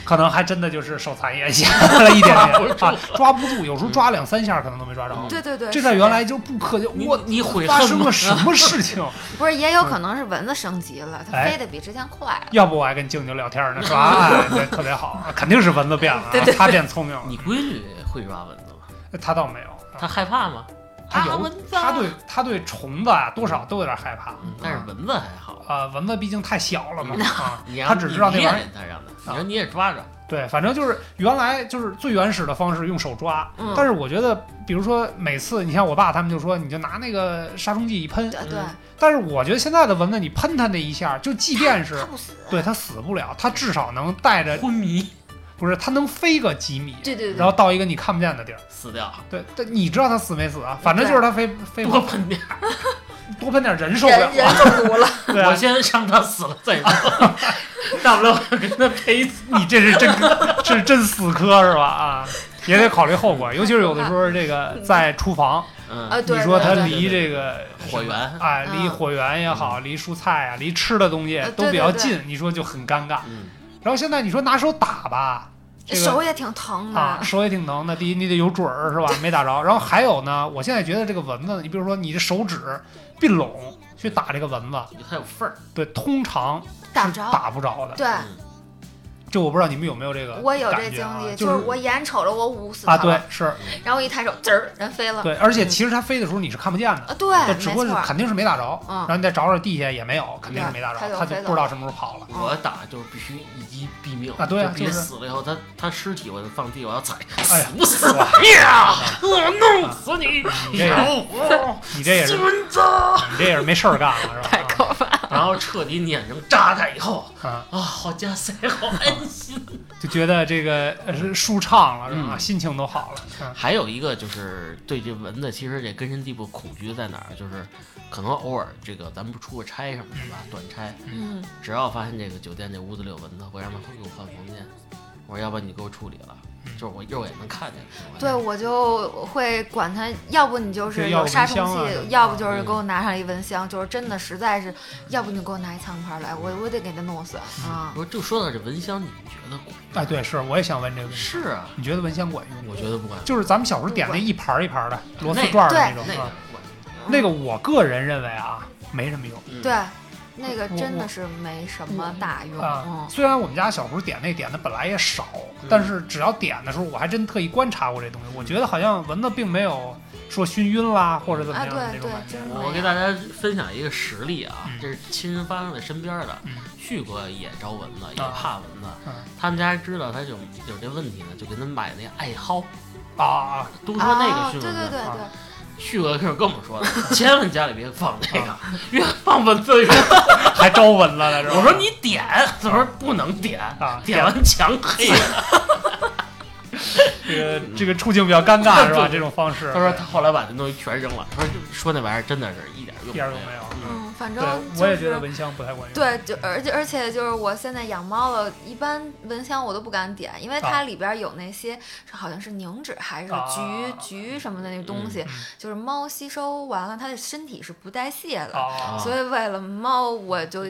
B: 可能还真的就是手残眼瞎了一点
C: 抓不
B: 点
C: 住
B: 啊，抓不住，有时候抓两三下可能都没抓着。
A: 对对对，
B: 嗯这
A: 是
B: 在
A: 这
B: 原
A: 样
B: 来就不可
C: 你
B: 我
C: 你悔
B: 发
C: 恨
B: 生
C: 吗
B: 了？什么事情？
A: 不是，也有可能是蚊子升级了，它
B: 嗯哎
A: 飞得比之前快了。
B: 要不我还跟静静聊天呢，说哎，对，特别好，肯定是蚊子变了啊，它变聪明了。哎
C: 你闺女会抓蚊子吗？
B: 他倒没有，
C: 她害怕吗？
B: 他
C: 啊
B: 有
C: 蚊子啊
B: 他对他对虫子啊多少都有点害怕
C: 嗯，但是蚊子还好。
B: 啊，蚊子毕竟太小了嘛啊，
C: 你
B: 他只知道那玩意儿。啊
C: 儿，他让他，你说你也抓着，
B: 对，反正就是原来就是最原始的方式用手抓，
A: 嗯
B: 但是我觉得，比如说每次你像我爸他们就说，你就拿那个杀虫剂一喷，
A: 对
C: 嗯
A: 对，
B: 但是我觉得现在的蚊子，你喷它那一下，就即便是
A: 它不死。
B: 对它死不了，它至少能带着
C: 昏迷
B: 不是它能飞个几米，
A: 对对
B: 然
A: 对，
B: 后到一个你看不见的地儿。
C: 死掉，
B: 对，但你知道它死没死啊？反正就是它飞飞
C: 多
B: 多
C: 喷点儿。
B: 多喷点人受不了
A: 人人
B: 啊。
A: 中毒了，
B: 对啊
C: 我，先让他死了再说， 大不了我跟他赔死。
B: 你这是真，这是真死磕是吧？啊，也得考虑后果，尤其是有的时候 这个在厨房，
C: 嗯，
A: 啊，对，
B: 你说
A: 对
B: 它
A: 对
C: 对
B: 离这个
C: 火源，
B: 哎，
A: 嗯
B: 离火源也好，离蔬菜啊，离吃的东西
A: 呃
B: 都
A: 对
B: 比较
A: 对对
B: 近，你说就很尴尬。
C: 嗯，
B: 然后现在你说拿手打吧，这个
A: 手也挺疼的，
B: 啊，手也挺疼的。第一，你得有准儿是吧？没打着。然后还有呢，我现在觉得这个蚊子，你比如说你的手指并拢去打这个蚊子，
C: 还有缝儿，嗯
B: 对，通常
A: 打
B: 是
A: 不着
B: 打嗯不着的。
A: 对。
B: 这我不知道你们有没有这个、啊
A: 我有这经历，
B: 就是
A: 我眼瞅着我捂死它
B: 啊，
A: 了，
B: 对，是
A: 然后一抬手，滋儿，人飞了，
B: 对，而且其实它飞的时候你是看不见的。
A: 嗯啊，对
B: 就，只不
A: 没
B: 过是
A: 错儿，
B: 肯定是没打着，
A: 嗯
B: 然后你再找找地下也没有，肯定是没打着
A: 对它，就
B: 它就
A: 飞走
B: 不知道什么时候跑了。
C: 我打就是必须一击毙命
B: 啊对啊
C: 就别
B: 就是
C: 死了以后，他他尸体我就放地，我要踩，
B: 哎呀
C: 死不死啊
B: 哇
C: 呀？我弄死你！
B: 啊你这个你这也是，
C: 孙子！
B: 你这也是没事儿干了是吧？
D: 太可怕！
C: 然后彻底碾成渣他以后，
B: 啊，
C: 啊，好加塞，好安心。
B: 就觉得这个呃是舒畅了是吧？
C: 嗯
B: 心情都好了。嗯
C: 还有一个就是对这蚊子，其实这根深蒂固恐惧在哪儿？就是可能偶尔这个咱们不出个差什么的吧，短差，
A: 嗯，
C: 只要发现这个酒店这屋子里有蚊子，会让他给我换房间。我我说要不然你给我处理了，
B: 嗯
C: 就是我肉眼能看见这个玩意
A: 对，
C: 儿。
A: 我就会管它，要不你就
B: 对
A: 是
B: 要
A: 有
B: 不
A: 杀
B: 蚊
A: 虫
B: 香
A: 剂，
B: 啊什么的
A: 要不就是
C: 嗯
A: 给我拿上一蚊香，就是真的实在是，要不你就给我拿一苍蝇拍来，我我得给它弄死啊
B: 嗯
C: 我！说就说到这蚊香，你觉得管用
B: 哎，对，是，我也想问这个问题，
C: 是啊，
B: 你觉得蚊香管用吗？
C: 我觉得不管用，
B: 就是咱们小时候点那一盘儿一盘儿的螺丝转儿的那种
C: 那个
B: 啊，
C: 不管用。
B: 那个我个人认为啊，没什么用。
C: 嗯
A: 对，那个
B: 我
A: 真
B: 我
A: 的是没什么大用，
B: 啊
A: 嗯，，
B: 虽然我们家小时候点那点的本来也少，
C: 嗯
B: 但是只要点的时候，我还真特意观察过这东西。我觉得好像蚊子并没有说熏晕啦，或者怎么
A: 啊，
B: 样的那
A: 对
B: 种
A: 对
B: 感，觉。
A: 真
C: 我
A: 没
C: 给
A: 有。
C: 大家分享一个实例啊
B: 嗯，
C: 这是亲身发生在身边的
B: 嗯。
C: 旭哥也招蚊子，也
B: 啊
C: 怕蚊子
B: 嗯。
C: 他们家知道他有有这问题呢，就给他买那艾蒿，
B: 啊啊，
C: 都说那
A: 啊，
C: 个
A: 对
C: 熏
A: 对
C: 蚊
A: 对
C: 子。
B: 啊
A: 对，
C: 旭哥可是跟我们说的，千万家里别放那个，越放蚊子越。
B: 还招蚊子了是吧？
C: 我说你点，他说不能点
B: 啊，
C: 点完墙黑了。
B: 这个这个处境比较尴尬是吧？
C: 对
B: 这种方式，
C: 他说他后来把那东西全扔了，他说说那玩意儿真的是一点
B: 一
C: 用
B: 点儿都
C: 没
B: 没有。
A: 嗯，反
B: 对
A: 正，
B: 我
A: 就
B: 也觉得
A: 是。
B: 蚊香不太管用。
A: 对，就而且而且就是我现在养猫了，一般蚊香我都不敢点，因为
B: 啊
A: 它里边有那些是好像是凝脂还是
B: 啊
A: 菊菊什么的那东西，
B: 嗯嗯
A: 就是猫吸收完了，它的身体是不代谢的。
B: 啊，嗯
A: 所以为了猫，我就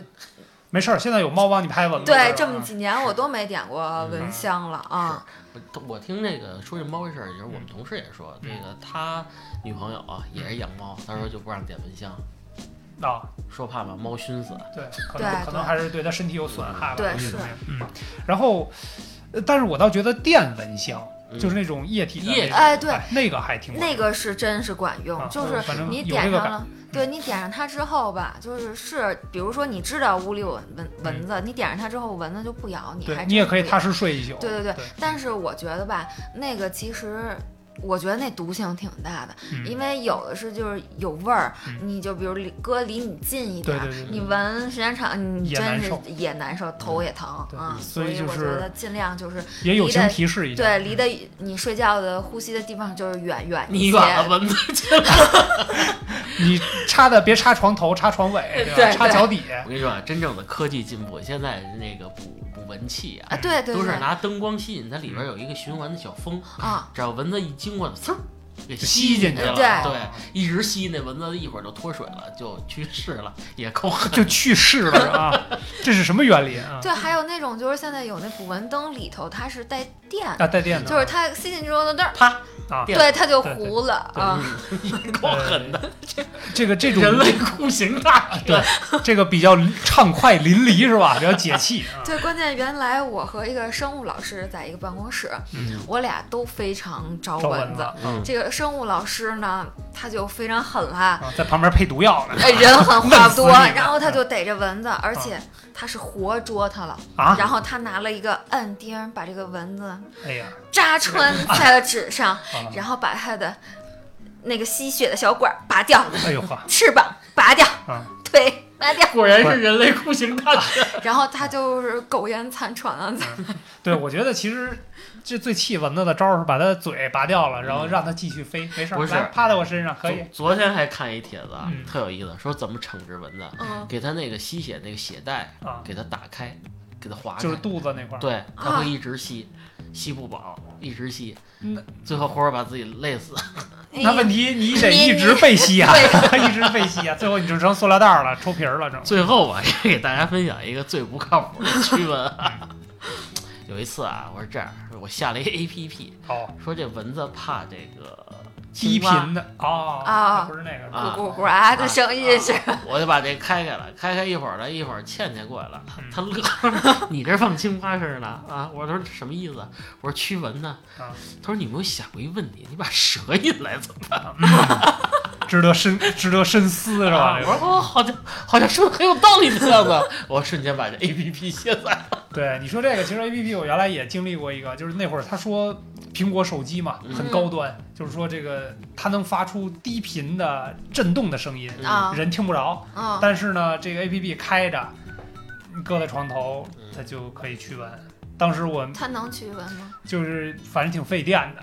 B: 没事儿，现在有猫帮你拍蚊子。啊
A: 对
B: 是嗯吧
A: 这么几年我都没点过蚊香了啊。
C: 我我听那个说这猫这事儿，就是我们同事也说，那个他女朋友啊也是养猫，他说就不让点蚊香，
B: 啊，
C: 说怕把猫熏死。
B: 对，可
A: 对
B: 能可
A: 对
B: 能还是对他身体有损害吧。
A: 对
B: 嗯
A: 是
B: 嗯。然后，呃但是我倒觉得电蚊香
C: 嗯
B: 就是那种液体的那
C: 液
B: 种，啊
A: 哎对
B: 那个还挺管
A: 那
B: 用
A: 个是真是管用，
B: 啊
A: 就
B: 嗯
A: 是
B: 反正
A: 你
B: 有
A: 点
B: 这个
A: 上
B: 感
A: 了，对你点上它之后吧，就是是，比如说你知道屋里有蚊蚊子，你点上它之后，蚊子就不咬你，还
B: 嗯对你也
A: 真
B: 可以
A: 不
B: 踏实睡一宿。
A: 对对对
B: 对，
A: 但是我觉得吧，那个其实。我觉得那毒性挺大的，
B: 嗯
A: 因为有的是就是有味儿，
B: 嗯
A: 你就比如离哥离你近一点儿，
B: 对对对对
A: 你闻时间长，你
B: 也
A: 真
B: 难
A: 是
B: 受嗯
A: 也难受，头也疼
B: 对
A: 啊、
B: 所
A: 所
B: 以就
A: 我觉
B: 是
A: 得尽量就是
B: 也友
A: 离
B: 情
A: 得
B: 提示一下。
A: 对离得你睡觉的呼吸的地方就是远远
C: 你
A: 一
C: 远
A: 些。
C: 了蚊子就。
B: 你插的别插床头，插床尾，吧？
A: 对
B: 插脚底。
C: 我跟你说啊，真正的科技进步，现在那个捕捕蚊器啊
A: 啊，，对对
C: 都
A: 对
C: 是拿灯光吸引，它里边有一个循环的小风，
A: 啊，
C: 只要蚊子一经过，嗖。给
B: 吸
C: 吸
B: 进
C: 进
B: 去
C: 了，
A: 了
C: 对，
B: 啊
C: 一直吸那蚊子，一会儿就脱水了，就去世了，也够狠。
B: 就去世了啊！这是什么原理啊？
A: 对，还有那种就是现在有那捕蚊灯里头它是带电的，
B: 啊，带电的，
A: 就是它吸进去之后的那儿，
C: 啪，
B: 啊，
C: 电
A: 对它就
B: 对对
A: 糊了啊。
C: 够狠的，
B: 呃这个这种
C: 人类酷刑大
B: 对这个比较畅快淋漓是吧？比较解气啊。
A: 对，关键原来我和一个生物老师在一个办公室，
C: 嗯
A: 我俩都非常招
B: 招
A: 蚊
B: 蚊
A: 子。
B: 啊
C: 嗯，
A: 这个生物老师呢，他就非常狠啦，
B: 啊，在旁边配毒药呢
A: 哎，人狠话
B: 弄
A: 不
B: 死
A: 多，
B: 你了嗯
A: 然后他就逮着蚊子，而且他是活捉它了，
B: 啊！
A: 然后他拿了一个暗钉把这个蚊子
B: 哎呀，
A: 扎穿在了纸上，
B: 啊
A: 然后把它的那个吸血的小管拔掉，
B: 哎呦呵，
A: 翅膀拔掉，
B: 啊
A: 腿拔掉，
C: 果然是人类酷刑大全。
A: 然后他就是苟延残喘啊，
B: 对，我觉得其实这最气蚊子的招儿是把它的嘴拔掉了，然后让它继续飞，没事儿，
C: 嗯不是
B: 来趴在我身上可以
C: 昨。昨天还看一帖子啊
B: 嗯，
C: 特有意思，说怎么惩治蚊子，啊
A: 嗯
C: 给它那个吸血那个血袋
B: 啊，
C: 给它打开，给它划开，
B: 就是肚子那块儿，
C: 对，它会一直吸，吸不饱，一直吸
B: 那，
C: 最后活活把自己累死。
B: 那
A: 哎
B: 问题你得一直被吸啊，一直被吸啊，最后你就成塑料袋儿了，抽皮儿了，整。
C: 最后吧，也给大家分享一个最不靠谱的驱蚊 啊。
B: 嗯
C: 有一次啊，我是这样，我下了一 A P P，
B: 哦，
C: 说这蚊子怕这个
B: 低
C: 青蛙
B: 频的哦，
A: 啊
B: 不是那个是吧
C: 啊
A: 咕咕咕啊的声音是。
C: 我就把这开开了，开开一会儿了，一会儿倩倩过来了
B: 嗯，
C: 她乐， 你这放青蛙声呢啊？我说什么意思？我说驱蚊呢。
B: 啊
C: 她说你有没有想过一问题？你把蛇引来怎么办？
B: 嗯值得深值得深思是吧？
C: 啊
B: 这
C: 我
B: 个
C: 说哦，好像好像说的很有道理的样子。我瞬间把这 A P P 卸载了。
B: 对，你说这个，其实 A P P 我原来也经历过一个，就是那会儿他说苹果手机嘛，很
C: 嗯
B: 高端，就是说这个它能发出低频的震动的声音，
A: 啊
B: 人听不着，
A: 嗯，
B: 但是呢，这个 A P P 开着，你搁在床头
C: 嗯，
B: 它就可以驱蚊。当时我
A: 它能驱蚊吗？
B: 就是反正挺费电的，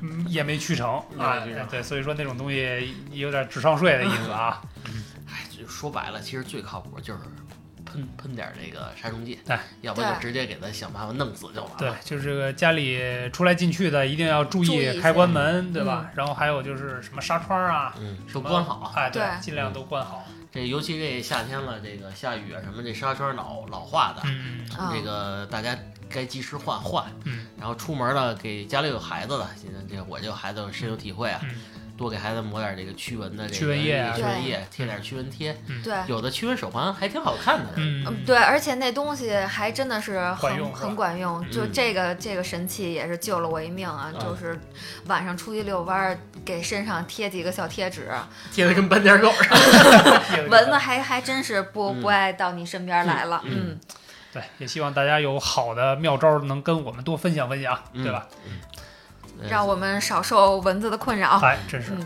B: 嗯也没驱成啊
C: 没驱成。
B: 对，所以说那种东西有点智商税的意思啊。
C: 哎，就说白了，其实最靠谱就是喷喷点儿这个杀虫剂，
B: 对，
C: 要不然就直接给它想办法弄死
A: 嗯
C: 就完
B: 对
C: 了。，
B: 就是这个家里出来进去的一定要注
A: 注意一
B: 意
A: 下
B: 开关门，对
A: 嗯
B: 吧？然后还有就是什么纱窗啊，
C: 嗯，
B: 什
C: 都
B: 么
C: 关好。
B: 哎，对，
A: 对
B: 尽量都关好。
C: 这尤其这夏天了，这个下雨啊什么，这纱窗老老化的，
B: 嗯
A: 啊
C: 这个大家该及时换换。
B: 嗯
C: 然后出门了，给家里有孩子的，现在这我这有孩子有深有体会啊，
B: 嗯
C: 多给孩子抹点这个驱蚊的这个
B: 驱蚊液啊
C: 驱蚊液，贴点驱蚊贴。
A: 对，
C: 有的驱蚊手环还挺好看的，
A: 嗯，
B: 嗯，
A: 对，而且那东西还真的是
B: 管用
A: 很
B: 是吧
A: 很管用，就
C: 嗯
A: 这个这个神器也是救了我一命啊！
C: 嗯
A: 就是晚上出去遛弯儿，给身上贴几个小贴纸，
C: 贴的跟斑点狗似的。
A: 蚊子还还真是不
C: 嗯
A: 不爱到你身边来了，
C: 嗯
A: 嗯，
B: 对，也希望大家有好的妙招能跟我们多分享分享，
C: 嗯
B: 对吧？
C: 嗯
A: 让我们少受蚊子的困扰。
B: 哎，真是，
A: 嗯，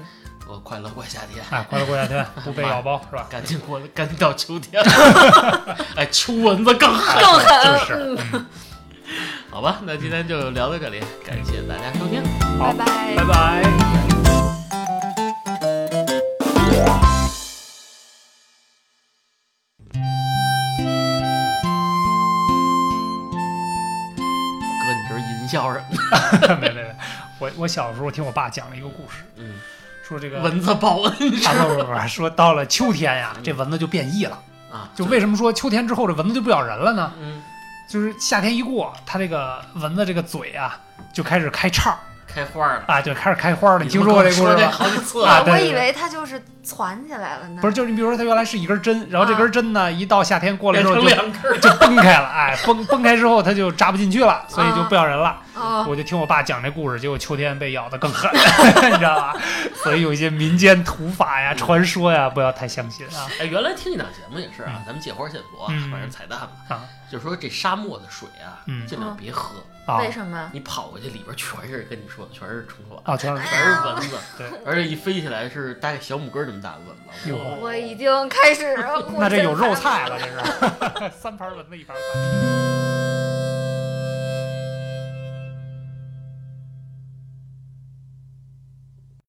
C: 我快乐过夏天，
B: 哎，快乐过夏天，不被咬包是吧？
C: 赶紧过，赶紧到秋天了。 哎，秋蚊子更狠，
A: 更狠，
C: 呃
B: 啊就
C: 嗯
B: 是，
C: 好吧？那今天就聊到这里，感谢大家收听。
B: 好
A: 拜拜啊
B: 拜。拜。
C: 哥，你这是淫笑什么？
B: 没没没，我我小时候听我爸讲了一个故事，
C: 嗯，
B: 说这个
C: 蚊子报恩
B: 啊不不不不，说到了秋天
C: 嗯
B: 呀，这蚊子就变异了。
C: 啊，
B: 就为什么说秋天之后这蚊子就不咬人了呢？
C: 嗯，
B: 就是夏天一过，它这个蚊子这个嘴啊就开始开叉儿
C: 开花了。
B: 啊，就开始开花儿了。你听说过这故
C: 说
B: 事
C: 这
B: 吗？
C: 好几 次
B: 啊
C: 了。
B: 对
A: 我
B: 对
A: 以
B: 对
A: 为它就是攒起来了呢，
B: 不是，就是你比如说它原来是一根针，然后这根针呢，一到夏天过了
C: 啊变
B: 之后
C: 成
B: 就
C: 两根儿，
B: 就崩开了，哎，崩崩开之后它就扎不进去了，所以就不咬人了。
A: 哦，
B: 我就听我爸讲这故事，结果秋天被咬得更 狠，你知道吧？所以有一些民间土法呀、传说呀，不要太相信啊。
C: 哎，原来听一档节目也是啊，咱们借花献佛啊，
B: 嗯
C: 反正彩蛋嘛，
B: 啊
C: 就说这沙漠的水啊
B: 嗯，
C: 尽量别喝，
B: 啊
A: 为什么？
C: 你跑过去里边全是跟你说的全是虫卵，
B: 啊！全是
A: 哎
C: 全是蚊子，
B: 对，
C: 而且一飞起来是大概小拇哥这么大的蚊子，
B: 哟
A: 我已经开始
B: 那这有
A: 浑身
B: 肉
A: 发
B: 菜了，这是三盘蚊子一盘饭。